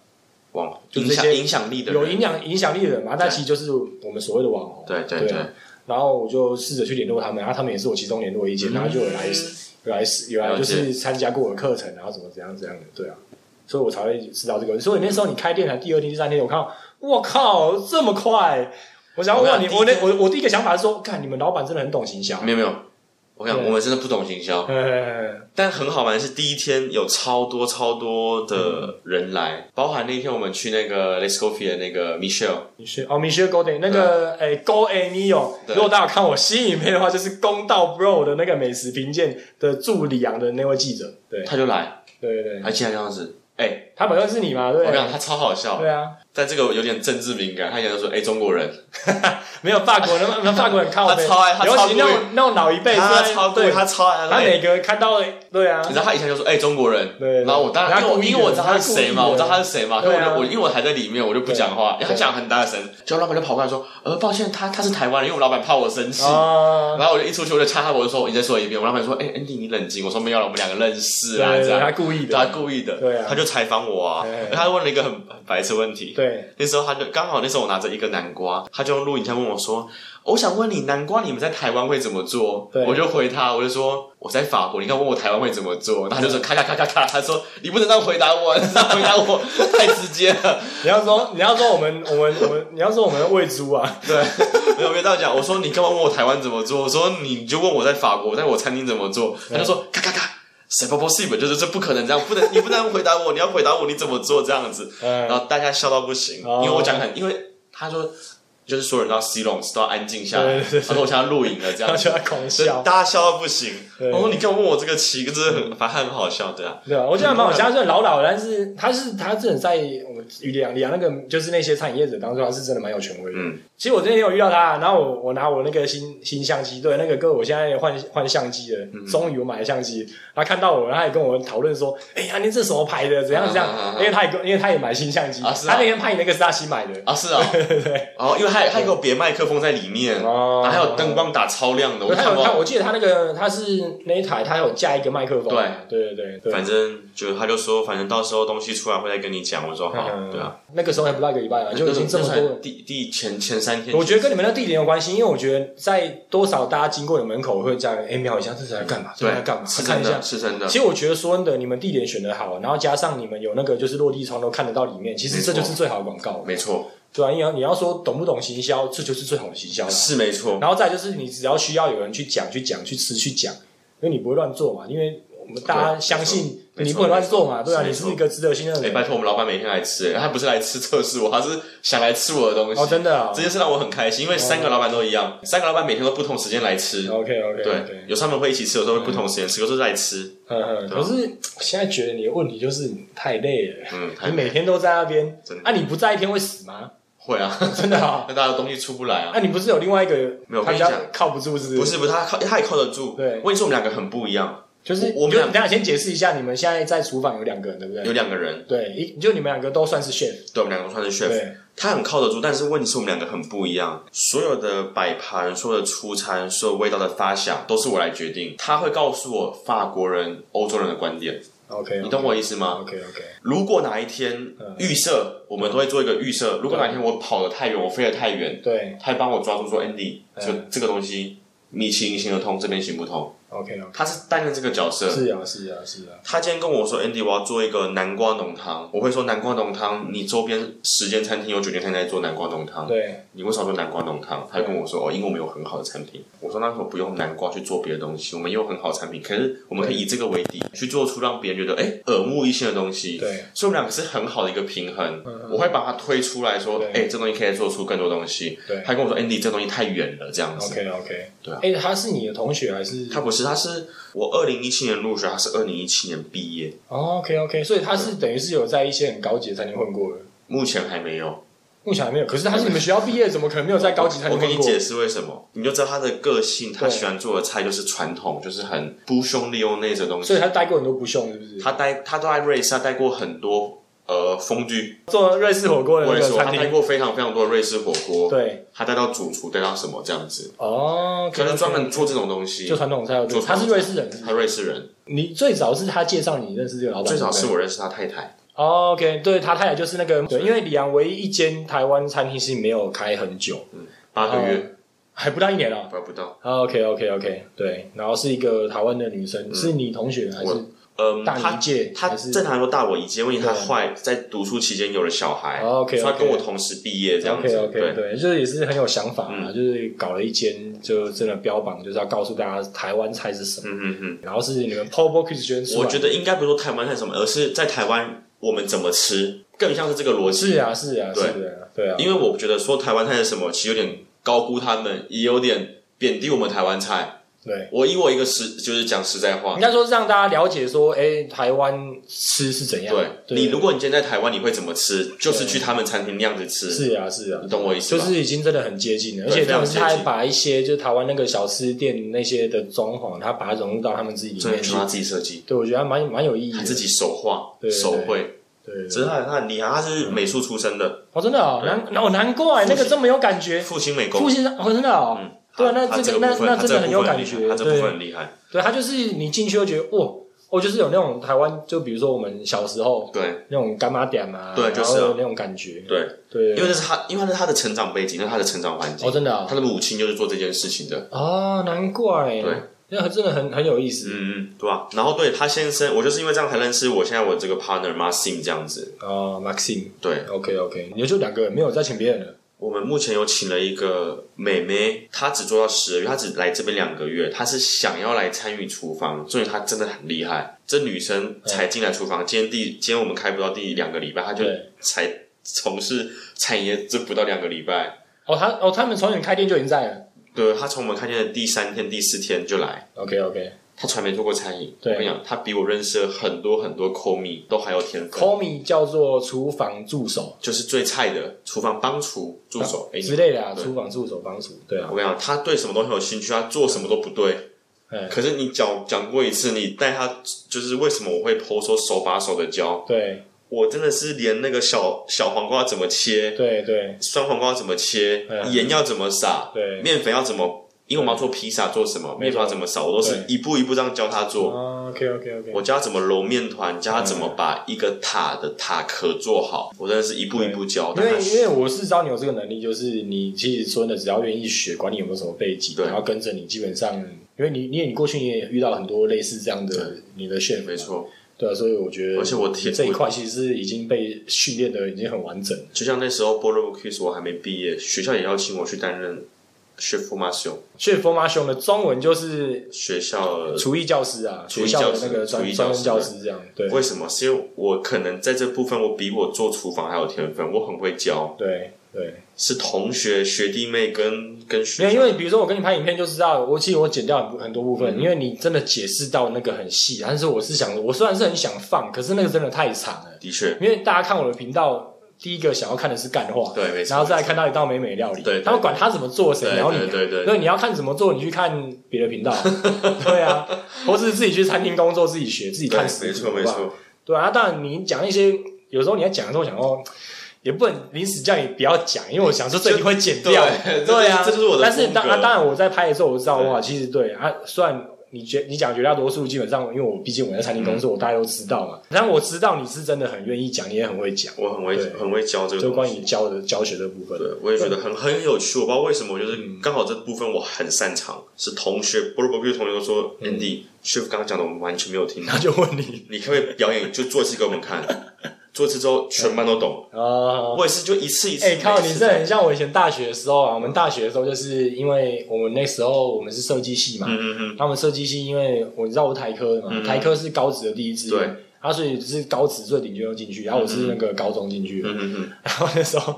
Speaker 2: 网
Speaker 1: 就
Speaker 2: 影
Speaker 1: 这
Speaker 2: 响
Speaker 1: 些
Speaker 2: 影响力的人
Speaker 1: 有影响影响力的人嘛，但其实就是我们所谓的网红。
Speaker 2: 对对
Speaker 1: 对
Speaker 2: 对
Speaker 1: 啊，然后我就试着去联络他们，然后他们也是我其中联络一间，然后就有来有来有来
Speaker 2: 嗯了
Speaker 1: 就
Speaker 2: 解
Speaker 1: 是参加过我的课程，然后怎么怎样怎样的，对啊，所以我才会知道这个。所以那时候你开店才第二天、第三天，我看到我靠这么快，我想要问你，
Speaker 2: 我
Speaker 1: 我
Speaker 2: 跟
Speaker 1: 那
Speaker 2: 你
Speaker 1: 我我第一个想法是说，看你们老板真的很懂行销。
Speaker 2: 没有没有，我想
Speaker 1: 对
Speaker 2: 我们真的不懂行销，
Speaker 1: 嗯，
Speaker 2: 但很好玩的是第一天有超多超多的人
Speaker 1: 嗯
Speaker 2: 来，包含那天我们去那个 Let's Go f e 的那个 Michelle。
Speaker 1: 你是哦，米歇 Golden 那个诶 Go a m i o
Speaker 2: 啊对
Speaker 1: 如果大家有看我新影片的话，就是公道 Bro 的那个美食评鉴的助理啊杨的那位记者，对，
Speaker 2: 他就来，
Speaker 1: 对对对，
Speaker 2: 还竟然这样子。哎、
Speaker 1: 他本身是你嘛，对
Speaker 2: 我
Speaker 1: 不
Speaker 2: 跟你
Speaker 1: 对
Speaker 2: 讲，他超好笑，
Speaker 1: 对啊，
Speaker 2: 但这个有点政治敏感。他讲就说：“哎、中国人，
Speaker 1: 没有法国人，那那法国人靠背，
Speaker 2: 他超爱他
Speaker 1: 尤
Speaker 2: 超
Speaker 1: 其
Speaker 2: 故意
Speaker 1: 那种那种老一辈，
Speaker 2: 他
Speaker 1: 虽然
Speaker 2: 超对，
Speaker 1: 对，
Speaker 2: 他
Speaker 1: 他
Speaker 2: 超爱。他说
Speaker 1: 每个看到了，对啊
Speaker 2: 哎你，知道他以前就说：“哎、中国人。”
Speaker 1: 对对
Speaker 2: 然后我当然，
Speaker 1: 他
Speaker 2: 因为
Speaker 1: 故
Speaker 2: 我
Speaker 1: 意的
Speaker 2: 因为我知道他是谁
Speaker 1: 他
Speaker 2: 嘛，
Speaker 1: 故意的
Speaker 2: 我知道他是谁嘛，所以
Speaker 1: 对
Speaker 2: 我
Speaker 1: 啊
Speaker 2: 就我因为我还在里面，我就不讲话。
Speaker 1: 对
Speaker 2: 他讲很大声，结果老板就跑过来说：“呃，抱歉，他他是台湾人，因为我们老板怕我生气。
Speaker 1: 啊，
Speaker 2: 然后我就一出去，我就掐他，我就说：“你再说一遍。”我老板说：“哎、a n d y 你冷静。”我说：“没有了，我们两个认识啊，
Speaker 1: 对
Speaker 2: 这
Speaker 1: 对，
Speaker 2: 样。啊
Speaker 1: 他”故意
Speaker 2: 他
Speaker 1: 的，
Speaker 2: 故意的，
Speaker 1: 对啊
Speaker 2: 他就采访我啊
Speaker 1: 对，
Speaker 2: 他问了一个很很白痴问题，
Speaker 1: 对对，
Speaker 2: 那时候他就刚好那时候我拿着一个南瓜，他就用录影机问我说：“我想问你，南瓜你们在台湾会怎么做？”
Speaker 1: 对
Speaker 2: 我就回他，我就说我在法国，你刚问我台湾会怎么做，然后他就说咔咔咔咔咔，他说你不能这样回答我，你这样回答我太直接了。
Speaker 1: 你要说你要说我们我们我们你要说我们喂猪啊，
Speaker 2: 对，没有没有这样讲，我说你干嘛问我台湾怎么做？我说你就问我在法国，在我餐厅怎么做？他就说咔咔咔。谁不 possible？就是这不可能这样，不能你不能回答我，你要回答我你怎么做这样子。
Speaker 1: 嗯
Speaker 2: 然后大家笑到不行，
Speaker 1: 哦
Speaker 2: 因为我讲很，因为他说就是所有人都要 C 龙，都要安静下来。
Speaker 1: 对对对
Speaker 2: 他说我现在要录影了，这
Speaker 1: 然
Speaker 2: 样
Speaker 1: 后就
Speaker 2: 子，
Speaker 1: 在狂
Speaker 2: 所以
Speaker 1: 笑，
Speaker 2: 大家笑到不行。
Speaker 1: 对
Speaker 2: 我说你干嘛问我这个奇，真的很，反正很好笑，对啊。
Speaker 1: 对啊，我觉得还蛮好笑。他虽然老老，但是他是他真的在我们于良李阳那个就是那些餐饮业者当中，他是真的蛮有权威的。
Speaker 2: 嗯，
Speaker 1: 其实我之前也有遇到他，然后我我拿我那个新新相机，对那个哥，我现在换换相机了，
Speaker 2: 嗯
Speaker 1: 终于我买了相机。他看到我，他也跟我讨论说：“哎呀，你这什么牌的？怎样怎样
Speaker 2: 啊啊啊啊？”
Speaker 1: 因为他也跟因为他也买新相机，
Speaker 2: 啊是啊
Speaker 1: 他那天拍你那个是他新买的，
Speaker 2: 啊是啊，
Speaker 1: 对
Speaker 2: 然后因为他他给我别麦克风在里面，然
Speaker 1: 哦
Speaker 2: 啊后还有灯光打超亮的，我
Speaker 1: 他有
Speaker 2: 看不
Speaker 1: 他，
Speaker 2: 到。
Speaker 1: 我记得他那个他是那一台，他有架一个麦克风，对对对对。
Speaker 2: 反正就他就说，反正到时候东西出来会再跟你讲。我说好，
Speaker 1: 嗯
Speaker 2: 对啊，，
Speaker 1: 那个时候还不到一个礼拜啊，就已经这么多
Speaker 2: 那
Speaker 1: 了
Speaker 2: 才。第第前前三天
Speaker 1: 我觉得跟你们的地点有关系，因为我觉得在多少大家经过你门口会这样，哎，瞄一下这是在干嘛，这
Speaker 2: 对
Speaker 1: 是在干嘛，
Speaker 2: 是
Speaker 1: 看
Speaker 2: 真
Speaker 1: 一下
Speaker 2: 的，。是真的
Speaker 1: 其。实我觉得说真的，你们地点选的好，然后加上你们有那个就是落地窗都看得到里面，其实
Speaker 2: 没
Speaker 1: 这
Speaker 2: 错
Speaker 1: 就是最好的广告，
Speaker 2: 没错，
Speaker 1: 对啊，你要你要说懂不懂行销，这就是最好的行销啦。
Speaker 2: 是没错，
Speaker 1: 然后再就是你只要需要有人去讲、去讲、去吃、去讲，因为你不会乱做嘛，因为我们大家
Speaker 2: 对
Speaker 1: 相信
Speaker 2: 没错
Speaker 1: 你不能乱做嘛，
Speaker 2: 没
Speaker 1: 对
Speaker 2: 错
Speaker 1: 啊，
Speaker 2: 是
Speaker 1: 你
Speaker 2: 没
Speaker 1: 是
Speaker 2: 错
Speaker 1: 一个值得信任的
Speaker 2: 哎、拜
Speaker 1: 人。
Speaker 2: 托，我们老板每天来吃、哎他不是来吃测试我，他是想来吃我的东西。
Speaker 1: 哦，真的哦啊
Speaker 2: 这件事让我很开心，因为三个老板都一样，三个老板每天都不同时间来吃。
Speaker 1: ，OK OK
Speaker 2: 对
Speaker 1: OK，
Speaker 2: 有时候他们会一起吃，有时候会不同时间吃，有时候在吃。
Speaker 1: 嗯嗯。可是我现在觉得你的问题就是你太累了，
Speaker 2: 嗯， 还
Speaker 1: 你每天都在那边
Speaker 2: 真，的
Speaker 1: 啊，你不在一天会死 吗？
Speaker 2: 会 啊，
Speaker 1: 真的啊。
Speaker 2: 那大家东西出不来
Speaker 1: 那
Speaker 2: 啊。
Speaker 1: 你不是有另外一个
Speaker 2: 没有我
Speaker 1: 他比
Speaker 2: 跟你
Speaker 1: 较
Speaker 2: 讲
Speaker 1: 靠不住是
Speaker 2: 不是不是，他靠他也靠得住。
Speaker 1: 对
Speaker 2: 我跟你说，我们两个很不一样，
Speaker 1: 就是
Speaker 2: 我我们
Speaker 1: 就
Speaker 2: 俩
Speaker 1: 你等一下先解释一下，你们现在在厨房有两个人对不
Speaker 2: 有
Speaker 1: 对？
Speaker 2: 两个人，
Speaker 1: 对，一就你们两个都算是 chef，
Speaker 2: 对我们两个算是 chef，
Speaker 1: 对，
Speaker 2: 他很靠得住，但是问题是我们两个很不一样。所有的摆盘、所有的出餐、所有味道的发想都是我来决定，他会告诉我法国人、欧洲人的观点，
Speaker 1: OK，
Speaker 2: 你懂我意思吗？
Speaker 1: OK OK，
Speaker 2: 如果哪一天
Speaker 1: 嗯
Speaker 2: 预设，我们都会做一个预设。如果哪一天我跑得太远，我飞得太远，
Speaker 1: 对
Speaker 2: 他会帮我抓住说，Andy，
Speaker 1: 嗯
Speaker 2: 这这个东西，米其林行得通，这边行不通。
Speaker 1: ，OK OK，
Speaker 2: 他是担任这个角色。
Speaker 1: 是啊是啊是啊，
Speaker 2: 他今天跟我说，Andy，我要做一个南瓜浓汤。我会说，南瓜浓汤，你周边十间餐厅有九间餐厅在做南瓜浓汤，
Speaker 1: 对，
Speaker 2: 你为什么要做南瓜浓汤？他就跟我说，哦，因为我们有很好的产品。我说，那为什么不用南瓜去做别的东西？我们也有很好的产品，可是我们可以以这个为底，去做出让别人觉得，哎，耳目一新的东西。
Speaker 1: 对，
Speaker 2: 所以我们两个是很好的一个平衡。
Speaker 1: 嗯嗯
Speaker 2: 我会把它推出来说，
Speaker 1: 对
Speaker 2: 哎、这东西可以做出更多东西。
Speaker 1: 对
Speaker 2: 他跟我说，Andy，这东西太远了，这样子。
Speaker 1: OK OK，
Speaker 2: 对啊
Speaker 1: 哎，他是你的同学还是
Speaker 2: 他不是，他是我二零一七年入学，他是二零一七年毕业，
Speaker 1: ？OK OK，所以哦他是等于是有在一些很高级的餐厅混过的，
Speaker 2: 目前还没有。
Speaker 1: 目前还没有。可是他是你们学校毕业，怎么可能没有在高级餐
Speaker 2: 我
Speaker 1: 厅
Speaker 2: 跟
Speaker 1: 混
Speaker 2: 你
Speaker 1: 过？
Speaker 2: 解释为什么，你就知道他的个性，他
Speaker 1: 对
Speaker 2: 喜欢做的菜就是传统，就是很不凶利用那种东西。
Speaker 1: 所以他待过很多不凶，是不是？
Speaker 2: 他待他都在瑞士，他待过很多呃风居，
Speaker 1: 做瑞士火锅的
Speaker 2: 或
Speaker 1: 那
Speaker 2: 者
Speaker 1: 个
Speaker 2: 说他
Speaker 1: 餐
Speaker 2: 待
Speaker 1: 厅，
Speaker 2: 过非常非常多的瑞士火锅，
Speaker 1: 对，
Speaker 2: 他待到主厨，待到什么这样子，
Speaker 1: 哦，
Speaker 2: 可能专门做这种东西
Speaker 1: 就。传统菜，
Speaker 2: 做
Speaker 1: 他是瑞士人。是不
Speaker 2: 他
Speaker 1: 是
Speaker 2: 瑞士人，
Speaker 1: 你最早是他介绍你认识这个老板，
Speaker 2: 最早
Speaker 1: 对
Speaker 2: 是
Speaker 1: 不对。
Speaker 2: 我认识他太太，
Speaker 1: 哦 OK，对他太太就是那个，对，因为里昂唯一一间台湾餐厅是没有开很久，
Speaker 2: 八个月，
Speaker 1: 还不到一年哦。
Speaker 2: 不不到。
Speaker 1: OK OK OK，对，然后是一个台湾的女生，是你同学还是
Speaker 2: 嗯我嗯，
Speaker 1: 大你一
Speaker 2: 他
Speaker 1: 届？
Speaker 2: 他
Speaker 1: 还是
Speaker 2: 正常来说大我一届，因为他
Speaker 1: 对
Speaker 2: 坏在读书期间有了小孩，
Speaker 1: 哦
Speaker 2: 所
Speaker 1: ，OK，
Speaker 2: 以他
Speaker 1: OK
Speaker 2: 跟我同时毕业这样
Speaker 1: OK
Speaker 2: 子。
Speaker 1: OK
Speaker 2: 对，
Speaker 1: 对，就是也是很有想法啊，
Speaker 2: 嗯
Speaker 1: 就是搞了一间就真的标榜就是要告诉大家台湾菜是什么，
Speaker 2: 嗯嗯嗯，
Speaker 1: 然后是你们 Paul b o k i s 捐出来的，
Speaker 2: 我觉得应该不是说台湾菜什么，而是在台湾我们怎么吃，更像是这个逻辑。
Speaker 1: 是啊是啊
Speaker 2: 对
Speaker 1: 是的，对啊，
Speaker 2: 因为我觉得说台湾菜是什么，其实有点高估他们，也有点贬低我们台湾菜。
Speaker 1: 对。
Speaker 2: 我以我一个实，就是讲实在话
Speaker 1: 应，该说是让大家了解说，哎，台湾吃是怎样？
Speaker 2: 对
Speaker 1: 对
Speaker 2: 你，如果你今天在台湾，你会怎么吃？就是去他们餐厅那样子吃，
Speaker 1: 是啊是啊
Speaker 2: 你，懂我意思
Speaker 1: 就
Speaker 2: 吗？
Speaker 1: 是已经真的很接近了，而
Speaker 2: 对
Speaker 1: 且他们
Speaker 2: 非常
Speaker 1: 是
Speaker 2: 接
Speaker 1: 还
Speaker 2: 近
Speaker 1: 把一些就是台湾那个小吃店那些的装潢，他把它融入到他们自己里
Speaker 2: 所以
Speaker 1: 面
Speaker 2: 全
Speaker 1: 去
Speaker 2: 部，他自己设计，
Speaker 1: 对，我觉得还蛮蛮有意义
Speaker 2: 他
Speaker 1: 的。
Speaker 2: 自己手画、
Speaker 1: 对对
Speaker 2: 手绘，
Speaker 1: 对，
Speaker 2: 只是他他很厉害，他是美术出身的，
Speaker 1: 哦，真的哦，难哦，难怪那个这么有感觉。
Speaker 2: 复兴美工
Speaker 1: 父。亲是哦，真的哦，嗯对啊，
Speaker 2: 他
Speaker 1: 那
Speaker 2: 他
Speaker 1: 这
Speaker 2: 这
Speaker 1: 个那
Speaker 2: 部分
Speaker 1: 那
Speaker 2: 他
Speaker 1: 真
Speaker 2: 这
Speaker 1: 的
Speaker 2: 个
Speaker 1: 很
Speaker 2: 部
Speaker 1: 有
Speaker 2: 分
Speaker 1: 感
Speaker 2: 厉害
Speaker 1: 觉，
Speaker 2: 他这部分
Speaker 1: 对
Speaker 2: 很厉害。
Speaker 1: 对，他就是你进去就觉得哇，哦，就是有那种台湾，就比如说我们小时候
Speaker 2: 对
Speaker 1: 那种干妈点啊，
Speaker 2: 对就是啊
Speaker 1: 然后那种感觉，
Speaker 2: 对，
Speaker 1: 对，
Speaker 2: 因为那是他，因为那是他的成长背景，那是他的成长环境
Speaker 1: 哦，，真的啊
Speaker 2: 他，的母亲就是做这件事情的。
Speaker 1: 哦，难怪，
Speaker 2: 对，
Speaker 1: 那真的很很有意思
Speaker 2: 嗯嗯，对吧、然后对他先生，我就是因为这样才认识我现在我这个 partner m a s i m 这样子。
Speaker 1: 哦 m a x i m
Speaker 2: 对
Speaker 1: o k OK，也就两个人，没有再请别人了，
Speaker 2: 我们目前有请了一个妹妹，她只做到十二月，她只来这边两个月，她是想要来参与厨房，重点她真的很厉害。这女生才进来厨房，今天第今天我们开不到第两个礼拜，她啊就
Speaker 1: 对
Speaker 2: 才从事产业这不到两个礼拜。
Speaker 1: 哦，他哦，他们从你们开店就已经在了
Speaker 2: 对，她从我们开店的第三天、第四天就来，
Speaker 1: ，OK OK，
Speaker 2: 她从来没做过餐饮。
Speaker 1: 对
Speaker 2: 我跟你讲，她比我认识的很多很多 c o m i 都还有天分，
Speaker 1: call me 叫做厨房助手
Speaker 2: 就是最菜的厨房帮厨助手。哎、
Speaker 1: 之类的啊，
Speaker 2: 对
Speaker 1: 厨房助手帮厨，对啊，
Speaker 2: 我跟你讲，他对什么都很有兴趣，他做什么都不对。
Speaker 1: 哎
Speaker 2: 可是你讲讲过一次，你带他就是为什么我会剖说手把手的教，
Speaker 1: 对
Speaker 2: 我真的是连那个小小黄瓜怎么切，
Speaker 1: 对对
Speaker 2: 酸黄瓜怎么切，
Speaker 1: 嗯
Speaker 2: 盐要怎么撒，
Speaker 1: 对，
Speaker 2: 面粉要怎么，因为我们要做披萨做什么，
Speaker 1: 没
Speaker 2: 面
Speaker 1: 错
Speaker 2: 粉要怎么撒，我都是一步一步这样教他做。
Speaker 1: 哦，OK OK OK，
Speaker 2: 我教他怎么揉面团，教他怎么把一个塔的塔壳做好，我真的是一步一步教。
Speaker 1: 嗯因
Speaker 2: 但
Speaker 1: 为
Speaker 2: 他
Speaker 1: 因为我哦是知道你有这个能力，就是你其实真的只要愿意学，管你有没有什么背景，
Speaker 2: 对
Speaker 1: 然后跟着你，基本上，因为你你也你过去你也遇到很多类似这样的你的炫，
Speaker 2: 没，错，
Speaker 1: 对啊，所以我觉得，
Speaker 2: 而且我天
Speaker 1: 这一
Speaker 2: 我
Speaker 1: 块其实是已经被训练的已经很完整了，
Speaker 2: 就像那时候 b o r o q u i z 我还没毕业，学校也邀请我去担任 chef m a s i o
Speaker 1: 所以 f o r m a t i o n 啊的中文就是
Speaker 2: 学校呃
Speaker 1: 厨艺教师啊，
Speaker 2: 厨艺
Speaker 1: 学校
Speaker 2: 教
Speaker 1: 的
Speaker 2: 师
Speaker 1: 那个
Speaker 2: 厨
Speaker 1: 专
Speaker 2: 艺
Speaker 1: 专
Speaker 2: 教
Speaker 1: 门
Speaker 2: 师
Speaker 1: 教师这样，对
Speaker 2: 为什么？是因为我可能在这部分，我比我做厨房还有天分，我很会教，
Speaker 1: 对对，
Speaker 2: 是同学学弟妹跟跟
Speaker 1: 没有，
Speaker 2: 学
Speaker 1: 因
Speaker 2: 校
Speaker 1: 为比如说我跟你拍影片就知道，我其实我剪掉很多很多部分，因为你真的解释到那个很细，但是我是想，我虽然是很想放，可是那个真的太长了。
Speaker 2: 的确
Speaker 1: 因为大家看我的频道，第一个想要看的是干话，
Speaker 2: 对，没错，
Speaker 1: 然后再来看到一道美美料理，
Speaker 2: 对对
Speaker 1: 他们管他怎么做，谁
Speaker 2: 对
Speaker 1: 鸟你啊？
Speaker 2: 对对对
Speaker 1: 所以你要看怎么做，你去看别的频 道，对啊，或是自己去餐厅工作，自己学，自己
Speaker 2: 对
Speaker 1: 看食
Speaker 2: 没
Speaker 1: 谱，
Speaker 2: 错
Speaker 1: 好不
Speaker 2: 没
Speaker 1: 好，
Speaker 2: 错，
Speaker 1: 对啊。当然，你讲一些，有时候你在讲的时候想说。也不能临时叫你不要讲，因为我想说这一定会剪掉，
Speaker 2: 对
Speaker 1: 对啊，
Speaker 2: 这就是这就是我的
Speaker 1: 但是
Speaker 2: 风
Speaker 1: 当
Speaker 2: 格
Speaker 1: 啊，当然我在拍的时候，我知道哇，其实对啊，虽然你觉你讲绝大多数，基本上因为我毕竟我在餐厅工
Speaker 2: 嗯
Speaker 1: 作，我大家都知道嘛。但我知道你是真的很愿意讲，你也很会讲，
Speaker 2: 我很会
Speaker 1: 对
Speaker 2: 很会教这个
Speaker 1: 就
Speaker 2: 东
Speaker 1: 关
Speaker 2: 西。
Speaker 1: 于教的教学的部分。
Speaker 2: 对，我也觉得很很有趣，我不知道为什么，就是
Speaker 1: 嗯
Speaker 2: 刚好这部分我很擅长。是同学，不是不是同学都说
Speaker 1: 嗯
Speaker 2: Andy chef 刚刚讲的，我们完全没有听到
Speaker 1: 他。就问 你
Speaker 2: 你可不可以表演就做一次给我们看？ 做一次之后，全班都懂。
Speaker 1: 啊，
Speaker 2: 我也是就一次一次。
Speaker 1: 哎、靠，你这
Speaker 2: 在
Speaker 1: 很像我以前大学的时候啊。我们大学的时候，就是因为我们那时候我们是设计系嘛，
Speaker 2: 嗯嗯嗯，
Speaker 1: 他们设计系，因为我知道我是台科的嘛，
Speaker 2: 嗯
Speaker 1: 台科是高职的第一志
Speaker 2: 对嗯
Speaker 1: 愿，啊，所以是高职最顶尖就进去，然后我是那个高中进去的，
Speaker 2: 嗯嗯嗯，
Speaker 1: 然后那时候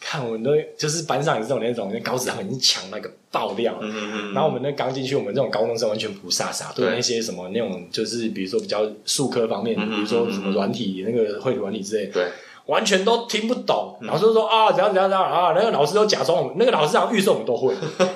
Speaker 1: 看我们都就是班上也是这种那种，那高职他们已经强那个爆料，
Speaker 2: 嗯嗯嗯，
Speaker 1: 然后我们那刚进去，我们这种高中生完全不飒飒，对
Speaker 2: 对
Speaker 1: 那些什么那种就是比如说比较术科方面，
Speaker 2: 嗯
Speaker 1: 比如说什么软体那个会软体之类的，
Speaker 2: 对，
Speaker 1: 完全都听不懂。
Speaker 2: 嗯
Speaker 1: 老师就说啊怎样怎样怎样啊，那个老师都假装我们那个老师好像预设我们都 会，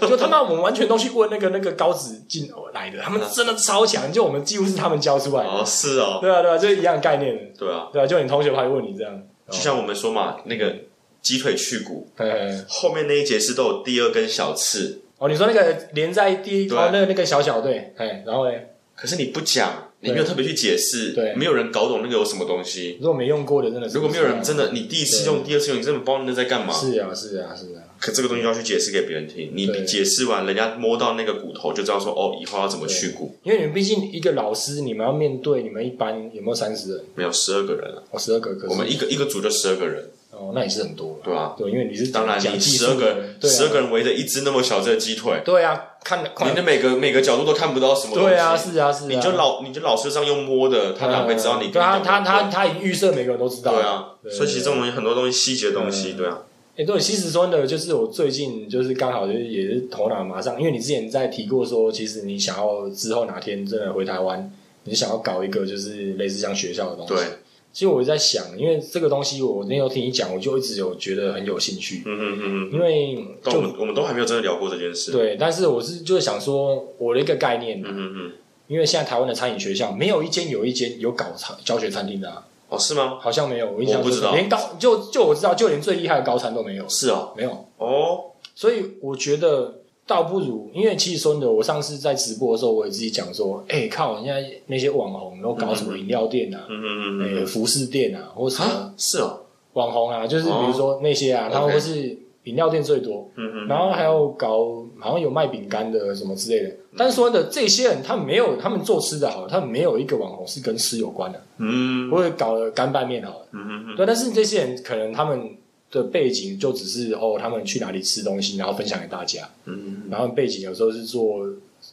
Speaker 1: 就他妈我们完全都去问那个那个高职进来的，他们真的超强，就我们几乎是他们教出来的。
Speaker 2: 嗯哦是哦，
Speaker 1: 对啊对啊，就是一样概念的，
Speaker 2: 对啊，
Speaker 1: 对啊，就你同学跑来问你这样，
Speaker 2: 就像我们说嘛，那个鸡腿去骨
Speaker 1: 嗯，
Speaker 2: 后面那一节是都有第二根小刺，
Speaker 1: 哦，你说那个连在第一，
Speaker 2: 对
Speaker 1: 哦，那个那个小小队，哎，然后呢，
Speaker 2: 可是你不讲，你没有
Speaker 1: 对
Speaker 2: 特别去解释，
Speaker 1: 对
Speaker 2: 没有人搞懂那个有什么东西。
Speaker 1: 如果没用过的，真的是
Speaker 2: 如果没有人真
Speaker 1: 的
Speaker 2: 的，你第一次用，第二次用，你根本不知道那在干嘛。
Speaker 1: 是啊是啊是啊，
Speaker 2: 可这个东西要去解释给别人听，
Speaker 1: 对
Speaker 2: 你解释完，人家摸到那个骨头就知道说，哦，以后要怎么去骨。
Speaker 1: 因为你们毕竟一个老师，你们要面对你们一班有没有三十人？
Speaker 2: 没有十二个人啊，
Speaker 1: 哦，十二个，可是
Speaker 2: 我们一个一个组就十二个人，
Speaker 1: 哦，那也是很多了。
Speaker 2: 对啊吧、
Speaker 1: 对，因为你是
Speaker 2: 当然，
Speaker 1: 讲
Speaker 2: 你
Speaker 1: 技
Speaker 2: 十
Speaker 1: 术
Speaker 2: 二
Speaker 1: 的
Speaker 2: 个
Speaker 1: 对啊
Speaker 2: 十二个人围着一只那么小只的鸡腿，
Speaker 1: 对啊，看得
Speaker 2: 你
Speaker 1: 快
Speaker 2: 的，每个每个角度都看不到什么东西。
Speaker 1: 对啊，是啊是啊，
Speaker 2: 你就老你就老师上用摸的，他哪会知道你？
Speaker 1: 对啊，他他他已经预设每个人都知道了。
Speaker 2: 对啊，
Speaker 1: 对
Speaker 2: 所以其实这种东西很多东西细节的东西，对啊，
Speaker 1: 哎，对，其实说真的，就是我最近就是刚好就是也是头脑马上，因为你之前在提过说，其实你想要之后哪天真的回台湾，你就想要搞一个就是类似像学校的东西。
Speaker 2: 对，
Speaker 1: 其实我在想，因为这个东西我那时候听你讲，我就一直有觉得很有兴趣。
Speaker 2: 嗯嗯嗯嗯，
Speaker 1: 因为
Speaker 2: 但我
Speaker 1: 就
Speaker 2: 们我们都还没有真的聊过这件事，
Speaker 1: 对，但是我是就是想说我的一个概念，
Speaker 2: 嗯嗯嗯，
Speaker 1: 因为现在台湾的餐饮学校没有一间有一间有搞餐教学餐厅的、啊，
Speaker 2: 哦是吗？
Speaker 1: 好像没有，我印象
Speaker 2: 我不
Speaker 1: 中
Speaker 2: 知道
Speaker 1: 连高
Speaker 2: 啊
Speaker 1: 就就我知道，就连最厉害的高餐都没有，
Speaker 2: 是哦，
Speaker 1: 没有，
Speaker 2: 哦，
Speaker 1: 所以我觉得倒不如，因为其实说真的，我上次在直播的时候，我也自己讲说，哎、靠，人家那些网红都搞什么饮料店啊，
Speaker 2: 嗯嗯
Speaker 1: 哎、
Speaker 2: 嗯嗯
Speaker 1: 服饰店啊，或什么
Speaker 2: 啊，是哦，
Speaker 1: 网红啊，就是比如说那些啊，
Speaker 2: 哦
Speaker 1: 他们
Speaker 2: OK
Speaker 1: 或是饮料店最多，
Speaker 2: 嗯嗯
Speaker 1: 然后还有搞好像有卖饼干的什么之类的。但是说真的，这些人他们没有，他们做吃的好了，他们没有一个网红是跟吃有关的，
Speaker 2: 嗯
Speaker 1: 或者搞了干拌面好了。
Speaker 2: 嗯嗯
Speaker 1: 对，但是这些人可能他们的背景就只是哦，他们去哪里吃东西，然后分享给大家，
Speaker 2: 嗯
Speaker 1: 然后背景有时候是做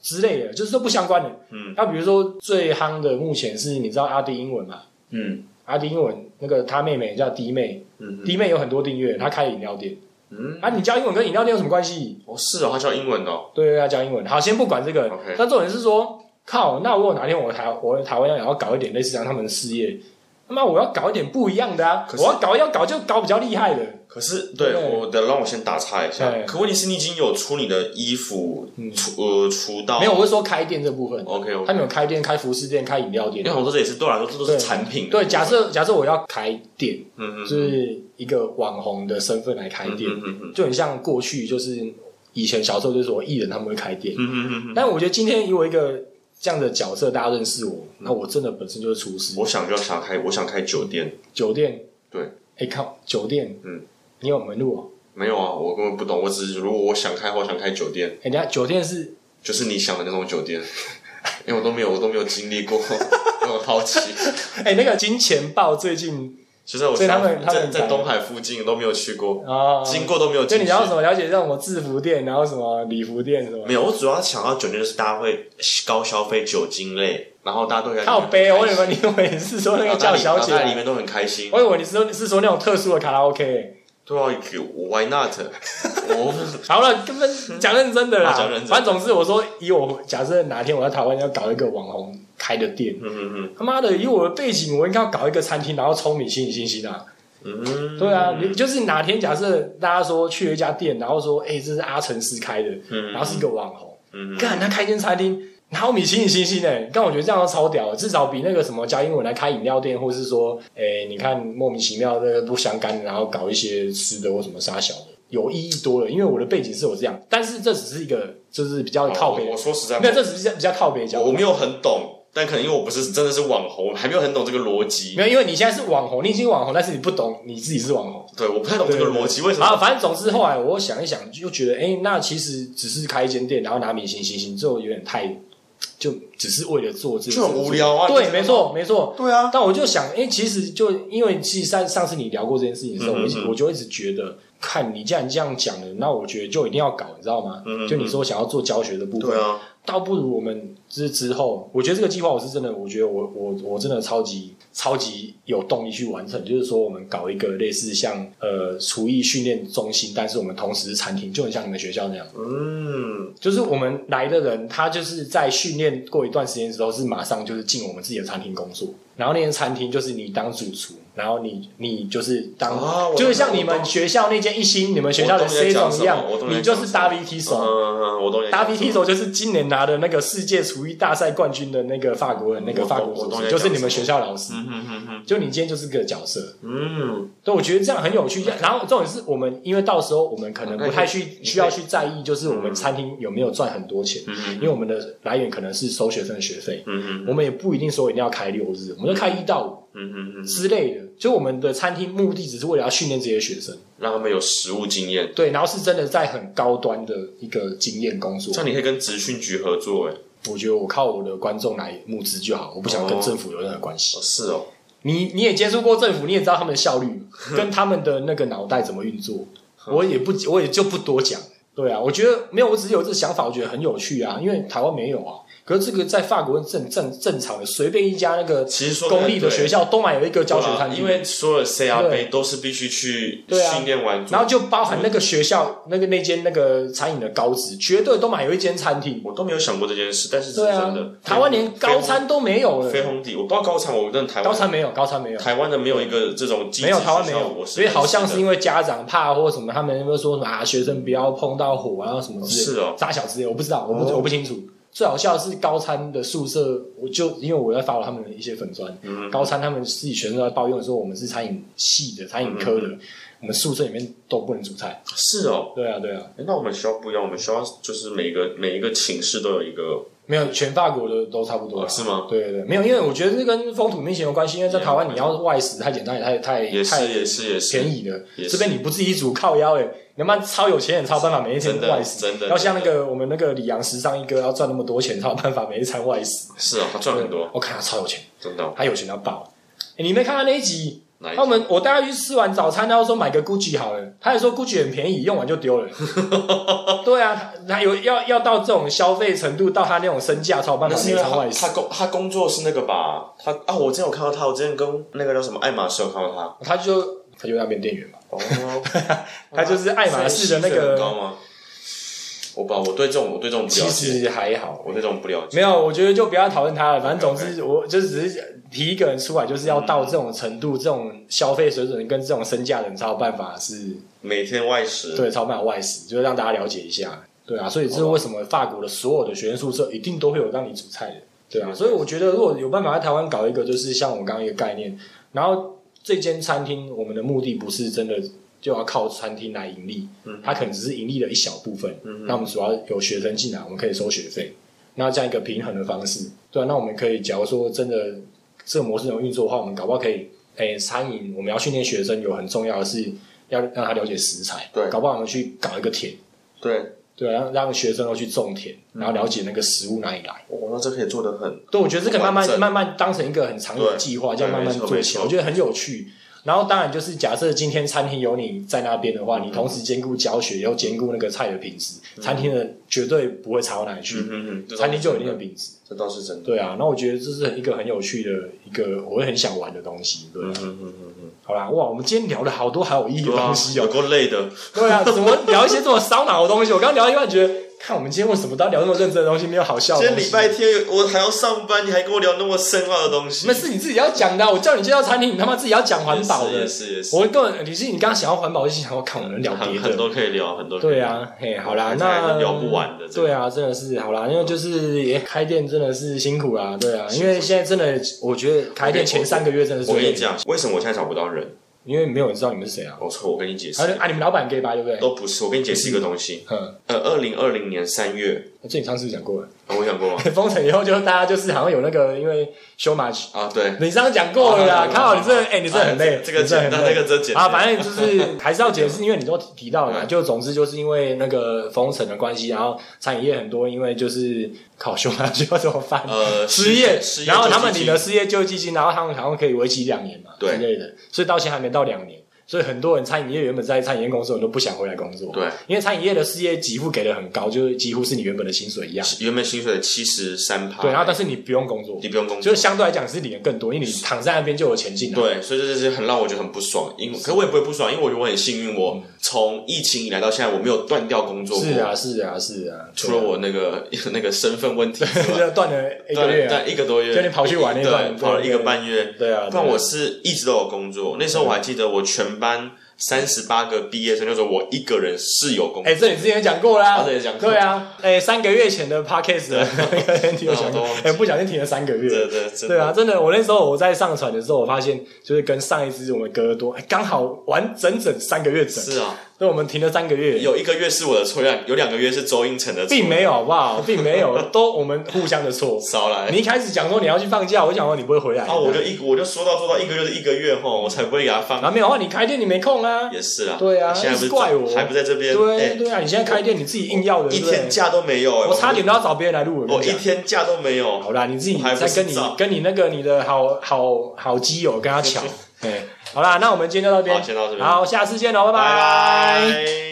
Speaker 1: 之类的，就是都不相关的。
Speaker 2: 嗯
Speaker 1: 那比如说最夯的，目前是你知道阿迪英文嘛？
Speaker 2: 嗯
Speaker 1: 阿迪英文那个他妹妹叫迪妹，
Speaker 2: 嗯
Speaker 1: 迪妹有很多订阅，她开饮料店。
Speaker 2: 嗯，
Speaker 1: 啊，你教英文跟饮料店有什么关系？
Speaker 2: 哦是哦，他教英文的哦，
Speaker 1: 对对，要教英文。好，先不管这个
Speaker 2: OK
Speaker 1: 但重点是说，靠，那如果哪天我台我台湾要也要搞一点类似像他们的事业，他妈我要搞一点不一样的啊！
Speaker 2: 可是
Speaker 1: 我要搞要搞就搞比较厉害的。
Speaker 2: 可是对
Speaker 1: 对
Speaker 2: 我的让我先打岔一下
Speaker 1: 对，
Speaker 2: 可问题是你已经有出你的衣服
Speaker 1: 嗯
Speaker 2: 出呃出到
Speaker 1: 没有，我是说开店这部分，
Speaker 2: OK
Speaker 1: 他
Speaker 2: OK，
Speaker 1: 们有开店、开服饰店、开饮料
Speaker 2: 因
Speaker 1: 店
Speaker 2: 为。我说这也是对我来啊说这都
Speaker 1: 对
Speaker 2: 是产品的
Speaker 1: 对，假设假设我要开店，
Speaker 2: 嗯嗯
Speaker 1: 就是一个网红的身份来开
Speaker 2: 嗯
Speaker 1: 店，
Speaker 2: 嗯嗯嗯
Speaker 1: 就很像过去就是以前小时候就是说艺人他们会开店，
Speaker 2: 嗯嗯嗯嗯，
Speaker 1: 但我觉得今天以我一个这样的角色，大家认识我，那我真的本身就是厨师，
Speaker 2: 我想就要想开，我想开酒店，
Speaker 1: 酒店，
Speaker 2: 对，
Speaker 1: 哎靠，酒店，
Speaker 2: 嗯，
Speaker 1: 你有门路哦，
Speaker 2: 没有啊，我根本不懂，我只是如果我想开，我想开酒店，
Speaker 1: 哎人家酒店是
Speaker 2: 就是你想的那种酒店， 因为我都没有，我都没有经历过， 我很好 奇。
Speaker 1: 哎那个金钱豹最近
Speaker 2: 其实我
Speaker 1: 所以他们
Speaker 2: 想
Speaker 1: 他
Speaker 2: 在
Speaker 1: 们
Speaker 2: 在东海附近都没有去过，
Speaker 1: 啊，
Speaker 2: 经过都没有
Speaker 1: 就
Speaker 2: 进
Speaker 1: 你
Speaker 2: 去。
Speaker 1: 要什么了解这种什么制服店，然后什么礼服店什么
Speaker 2: 没。有，我主要想到酒店就是大家会高消费酒精类，然后大家都会
Speaker 1: 靠背，我以为你以为你是说那个叫小姐
Speaker 2: 然后大家里，面都很开心。
Speaker 1: 我以为你是说你是说那种特殊的卡拉 OK。
Speaker 2: 对啊，Why not？我嗯
Speaker 1: 好了，根本讲认真的啦
Speaker 2: 啊讲认。真
Speaker 1: 反正总之，我说以我假设哪天我在台湾要搞一个网红开的店，
Speaker 2: 嗯嗯
Speaker 1: 他妈的，以我的背景，我应该要搞一个餐厅，然后冲你吸引信息啊。
Speaker 2: 嗯嗯，
Speaker 1: 对啊，你就是哪天假设大家说去了一家店，然后说，哎、这是阿成师开的，
Speaker 2: 嗯，
Speaker 1: 然后是一个网红，
Speaker 2: 嗯嗯
Speaker 1: 干他开间餐厅，然后米其林星星哎，但我觉得这样都超屌的，至少比那个什么加英文来开饮料店，或是说，哎、你看莫名其妙那个不相干的，然后搞一些吃的或什么沙小的，有意义多了。因为我的背景是我这样，但是这只是一个就是比较靠
Speaker 2: 我
Speaker 1: 北
Speaker 2: 我，说实在
Speaker 1: 没有，这只是比较比较靠北角
Speaker 2: 哦我。我没有很懂，但可能因为我不是真的是网红，还没有很懂这个逻辑
Speaker 1: 没。有，因为你现在是网红，你已经网红，但是你不懂你自己是网红。
Speaker 2: 对，我不太懂这个逻 辑，为什
Speaker 1: 然
Speaker 2: 么？
Speaker 1: 后反正总之后来我想一想，就觉得哎、诶那其实只是开一间店，然后拿明星星星，这有点太，就只是为了做这个
Speaker 2: 就很无聊啊！
Speaker 1: 对，
Speaker 2: 你知道吗
Speaker 1: 没。错，没错。
Speaker 2: 对啊，
Speaker 1: 但我就想，哎、其实就因为其实上上次你聊过这件事情的时候，
Speaker 2: 嗯嗯
Speaker 1: 我一直
Speaker 2: 嗯
Speaker 1: 我就一直觉得，看你既然这样讲了，那我觉得就一定要搞，你知道吗？
Speaker 2: 嗯嗯嗯
Speaker 1: 就你说想要做教学的部分，
Speaker 2: 对啊，
Speaker 1: 倒不如我们之之后，我觉得这个计划我是真的，我觉得我我我真的超级超级有动力去完成。就是说，我们搞一个类似像呃厨艺训练中心，但是我们同时是餐厅，就很像你们学校那样。
Speaker 2: 嗯，
Speaker 1: 就是我们来的人，他就是在训练过一段时间之后，是马上就是进我们自己的餐厅工作。然后那间餐厅就是你当主厨，然后你你就是当，
Speaker 2: 啊我
Speaker 1: 就是像
Speaker 2: 懂
Speaker 1: 你
Speaker 2: 我
Speaker 1: 们
Speaker 2: 懂
Speaker 1: 学校那间一星，你们学校的
Speaker 2: 我懂你在
Speaker 1: C
Speaker 2: 讲
Speaker 1: 总一样
Speaker 2: 什么我，懂你在
Speaker 1: 你就
Speaker 2: 讲
Speaker 1: 是
Speaker 2: 什么
Speaker 1: WT
Speaker 2: 嗯
Speaker 1: 手。
Speaker 2: 嗯，嗯我懂你在讲什么。
Speaker 1: 达比提手就是今年拿的那个世界厨艺大赛冠军的那个法国人，那个法国
Speaker 2: 我
Speaker 1: 厨
Speaker 2: 懂我懂
Speaker 1: 师，
Speaker 2: 你在
Speaker 1: 就是
Speaker 2: 讲
Speaker 1: 你们学校老师。
Speaker 2: 嗯嗯嗯嗯
Speaker 1: 就你今天就是个角色，
Speaker 2: 嗯，
Speaker 1: 对，我觉得这样很有趣。然后重点是我们，因为到时候我们可能不太去需要去在意，就是我们餐厅有没有赚很多钱，
Speaker 2: 嗯
Speaker 1: 因为我们的来源可能是收学生的学费，
Speaker 2: 嗯嗯
Speaker 1: 我们也不一定说一定要开六日，我们就开一到五
Speaker 2: 嗯嗯嗯，
Speaker 1: 之类的。就我们的餐厅目的只是为了要训练这些学生，
Speaker 2: 让他们有实务经验，
Speaker 1: 对，然后是真的在很高端的一个经验工作
Speaker 2: 这。样你可以跟职训局合作，哎，
Speaker 1: 我觉得我靠我的观众来募资就好，我不想跟政府有任何关系。
Speaker 2: 是哦，
Speaker 1: 你你也接触过政府，你也知道他们的效 率跟他们的那个脑袋怎么运作，我也不我也就不多讲。对啊，我觉得没有，我只是有这想法，我觉得很有趣啊，因为台湾没有啊。可是这个在法国正正正常的，随便一家那个
Speaker 2: 其实说哎
Speaker 1: 公立的学
Speaker 2: 校
Speaker 1: 校都买有一个教学餐厅，
Speaker 2: 啊因为所有的
Speaker 1: 对
Speaker 2: CR 杯都是必须去
Speaker 1: 对啊
Speaker 2: 训练完，
Speaker 1: 然后就包含那个学
Speaker 2: 嗯
Speaker 1: 校那个那间那个餐饮的高职，绝对都买有一间餐厅。
Speaker 2: 我都没有想过这件事，但是是
Speaker 1: 对
Speaker 2: 真
Speaker 1: 啊
Speaker 2: 的，，
Speaker 1: 台湾连高餐都没有了，
Speaker 2: 飞鸿底，我不知道高产，我认台
Speaker 1: 高
Speaker 2: 湾
Speaker 1: 餐没有，高餐没有。
Speaker 2: 台湾的没有一个这种机制
Speaker 1: 没有，台湾
Speaker 2: 学
Speaker 1: 没
Speaker 2: 校
Speaker 1: 有，
Speaker 2: 我
Speaker 1: 所以好像是
Speaker 2: 为
Speaker 1: 因为家长怕或什么，他们有没有说什么啊，学生不要碰到火啊什么之类
Speaker 2: 是
Speaker 1: 的，
Speaker 2: 哦
Speaker 1: 傻小之类的，我不知道，我不、
Speaker 2: 哦
Speaker 1: 我不清楚。最好笑的是高餐的宿舍，我就因为我在发了他们的一些粉砖，
Speaker 2: 嗯嗯
Speaker 1: 高餐他们自己学生都在抱怨说我们是餐饮系的、餐饮科的，我们宿舍里面都不能煮菜。
Speaker 2: 是哦，
Speaker 1: 对啊，对啊，
Speaker 2: 诶那我们学校不一样，我们学校就是每个每一个寝室都有一个，
Speaker 1: 没有，全法国的都差不多、啊
Speaker 2: 哦是吗？
Speaker 1: 对对对，没有，因为我觉得这跟风土民情有关系。因为在
Speaker 2: 也有
Speaker 1: 台湾，你要外食太简单，也太太
Speaker 2: 也是
Speaker 1: 太
Speaker 2: 也是也是
Speaker 1: 便宜了。
Speaker 2: 也
Speaker 1: 这
Speaker 2: 是
Speaker 1: 边你不自己煮靠腰哎、欸，你他妈超有钱也超有办法每一天
Speaker 2: 真的
Speaker 1: 外食，
Speaker 2: 真的
Speaker 1: 要像那个我们那个李阳时尚一哥要赚那么多钱，才有办法每一餐外食。
Speaker 2: 是哦，他赚很多，
Speaker 1: 我看他超有钱，
Speaker 2: 真的哦。
Speaker 1: 他有钱到爆。欸你没看他那一集？
Speaker 2: 哪一
Speaker 1: 他们我带他去吃完早餐，他就说买个 GUCCI 好了，他还说 GUCCI 很便宜，用完就 丢了。对啊，他他有要要到这种消费程度，到他那种身价才有办
Speaker 2: 那
Speaker 1: 法每
Speaker 2: 是因为
Speaker 1: 餐
Speaker 2: 他
Speaker 1: 外
Speaker 2: 他
Speaker 1: 食。
Speaker 2: 工他工作是那个吧？他啊，我之前有看到他，我之前跟那个叫什么爱马仕有看到他。
Speaker 1: 他就他就那边店员嘛，
Speaker 2: 哦，
Speaker 1: 他就是 爱马仕的那
Speaker 2: 薪水
Speaker 1: 个
Speaker 2: 很高，吗？我不知道，我对这种我对这种不
Speaker 1: 其
Speaker 2: 了解，
Speaker 1: 实还好
Speaker 2: 我。对这种不了解。
Speaker 1: 没有，我觉得就不要讨论他了。反正总之，我就只是提一个人出来，就是要到这种程度、这种消费水准跟这种身价的人才有办法是，
Speaker 2: 每天外食，
Speaker 1: 对，才有办法外食，就是让大家了解一下。对啊，所以这是为什么法国的所有的学生宿舍一定都会有让你煮菜的，对啊。所以我觉得，如果有办法在台湾搞一个，就是像我刚刚一个概念，然后这间餐厅我们的目的不是真的就要靠餐厅来盈利，
Speaker 2: 嗯
Speaker 1: 它可能只是盈利了一小部分。
Speaker 2: 嗯
Speaker 1: 那我们主要有学生进来，我们可以收学费，那这样一个平衡的方式，对啊，那我们可以，假如说真的这个模式能运作的话，我们搞不好可以，诶、餐饮我们要训练学生有很重要的是要让他了解食材，
Speaker 2: 对
Speaker 1: 搞不好我们去搞一个田，
Speaker 2: 对，
Speaker 1: 对啊，让让学生都去种田，然后了解那个食物哪里来。
Speaker 2: 我那这可以做的很
Speaker 1: 对，我觉得这个慢
Speaker 2: 完
Speaker 1: 慢
Speaker 2: 整
Speaker 1: 慢慢当成一个很长远的
Speaker 2: 对
Speaker 1: 计划，这样
Speaker 2: 对
Speaker 1: 慢慢
Speaker 2: 没错
Speaker 1: 做
Speaker 2: 没
Speaker 1: 起来，
Speaker 2: 错
Speaker 1: 我觉得很有趣。然后当然就是假设今天餐厅有你在那边的话，你同时兼顾教学，又兼顾那个菜的品质，餐厅的绝对不会差到哪里去，
Speaker 2: 嗯嗯，
Speaker 1: 餐厅就有一定的品质。
Speaker 2: 这倒是真的。
Speaker 1: 对啊，那我觉得这是一个很有趣的一个，我会很想玩的东西。对啊、
Speaker 2: 嗯嗯嗯嗯嗯，
Speaker 1: 好啦，哇，我们今天聊了好多好有意义的
Speaker 2: 对啊
Speaker 1: 东西哦、
Speaker 2: 有够累的，
Speaker 1: 对啊，怎么聊一些这么烧脑的东西？我刚刚聊一半觉得，看我们今天为什么都要聊那么认真的东西，没有好笑的
Speaker 2: 今
Speaker 1: 东西。
Speaker 2: 天礼拜天我还要上班，你还跟我聊那么深奥的东西
Speaker 1: 那，是你自己要讲的啊、我叫你介绍餐厅，你他妈自己要讲环保
Speaker 2: 也
Speaker 1: 的。
Speaker 2: 是也是，
Speaker 1: 我根本，你是你刚刚想要环保，就想要看我能聊
Speaker 2: 很
Speaker 1: 别
Speaker 2: 很
Speaker 1: 的。
Speaker 2: 多可以聊，很多可以
Speaker 1: 对啊，嘿，好啦，
Speaker 2: 而且还
Speaker 1: 那
Speaker 2: 是聊不完的这个
Speaker 1: 对啊，真的是好啦，因为就是也开店真的是辛苦啦，对啊，因为现在真的，我觉得开店前三个月真的是
Speaker 2: 我
Speaker 1: 最
Speaker 2: 跟你
Speaker 1: 累的，
Speaker 2: 讲，为什么我现在找不到人？
Speaker 1: 因为没有人知道你们是谁啊。
Speaker 2: 我错，我跟你解
Speaker 1: 他
Speaker 2: 释
Speaker 1: 就，啊，你们老板 gay 吧，对不对？
Speaker 2: 都不是。我跟你解释一个东西。
Speaker 1: 嗯，
Speaker 2: 呃，二零二零年三月，
Speaker 1: 这你上次讲过了，
Speaker 2: 呃我讲过吗？
Speaker 1: 封城以后就大家就是好像有那个，因为修马
Speaker 2: 啊，对，
Speaker 1: 你上次讲过了啦，
Speaker 2: 哦
Speaker 1: 靠，你这哎，你这很累，
Speaker 2: 这个
Speaker 1: 你这很
Speaker 2: 简单，那
Speaker 1: 累。
Speaker 2: 个真简
Speaker 1: 啊，
Speaker 2: 单。
Speaker 1: 反正 就是还是要解释，因为你都提到了嘛，
Speaker 2: 对
Speaker 1: 就总之就是因为那个封城的关系，然后餐饮业很多，因为就是靠熊啊，需要怎么办？
Speaker 2: 呃，
Speaker 1: 失业
Speaker 2: 失，业，
Speaker 1: 然后他们领了
Speaker 2: 的
Speaker 1: 失业救济金，然后他们好像可以为期两年嘛
Speaker 2: 对
Speaker 1: 之类的，所以到现在还没到两年，所以很多人餐饮业原本在餐饮业工作，人都不想回来工作，
Speaker 2: 对，
Speaker 1: 因为餐饮业的失业给付给的很高，就是几乎是你原本的薪水一样，
Speaker 2: 原本薪水的七十三趴，
Speaker 1: 对，然后但是你不用工作
Speaker 2: 你，不用工
Speaker 1: 就
Speaker 2: 作
Speaker 1: 是，相对来讲是领的更多，因为你躺在那边就有钱进来，啊
Speaker 2: 对，所以这就是很让我觉得很不爽。因为可我也不会不爽，因为我觉得我很幸运，我从疫情以来到现在，我没有断掉工作过。
Speaker 1: 嗯是啊，是啊，是啊，
Speaker 2: 除了我那个 那个身份问题之外，
Speaker 1: 就断了一个月啊，
Speaker 2: 但一个多月，
Speaker 1: 就你跑去玩那段
Speaker 2: 对，跑了一个
Speaker 1: 对
Speaker 2: 半月，
Speaker 1: 对啊，对
Speaker 2: 但
Speaker 1: 啊
Speaker 2: 我是一直都有工作。那时候我还记得，我全班三十八个毕业生，就说我一个人是有工作
Speaker 1: 哎、。这你之前也讲过
Speaker 2: 啊
Speaker 1: 啦
Speaker 2: 这，也讲过
Speaker 1: 对啊，哎、三个月前的 podcast 的那个 人有讲过
Speaker 2: 对我都忘，记
Speaker 1: 哎、不小心停了三个月。
Speaker 2: 对对真
Speaker 1: 对
Speaker 2: 的
Speaker 1: 啊，真的，我那时候我在上传的时候，我发现就是跟上一支我们隔得多，哎刚好完整整三个月整，
Speaker 2: 是啊，
Speaker 1: 所以我们停了三个月，
Speaker 2: 有一个月是我的错，有两有两个月是周英成的错，
Speaker 1: 并没有好不好？并没有，都我们互相的 错。
Speaker 2: 少来
Speaker 1: 你。一开始讲说你要去放假，我讲说你不会回来，
Speaker 2: 啊，我就一我就说到做到一个月是一个月吼，我才不会给他放。
Speaker 1: 啊没有啊，你开店你没空啊，
Speaker 2: 也是啦，
Speaker 1: 对啊
Speaker 2: 现在不
Speaker 1: 一
Speaker 2: 是
Speaker 1: 直怪我
Speaker 2: 还不在这边，
Speaker 1: 对
Speaker 2: 哎
Speaker 1: 对啊，你现在开店你自己硬要的，对
Speaker 2: 一
Speaker 1: 不对
Speaker 2: 天假都没有，哎
Speaker 1: 我差点都要找别人来录了。
Speaker 2: 我
Speaker 1: 跟你
Speaker 2: 一
Speaker 1: 讲
Speaker 2: 天假都没有。
Speaker 1: 好啦，你自己
Speaker 2: 我还不
Speaker 1: 再
Speaker 2: 是
Speaker 1: 跟你
Speaker 2: 照
Speaker 1: 跟你那个你的好好好基友哎 跟他抢。对，好啦，那我们今天就到这边
Speaker 2: 好，先到这边
Speaker 1: 好，下次见喽，拜
Speaker 2: 拜拜。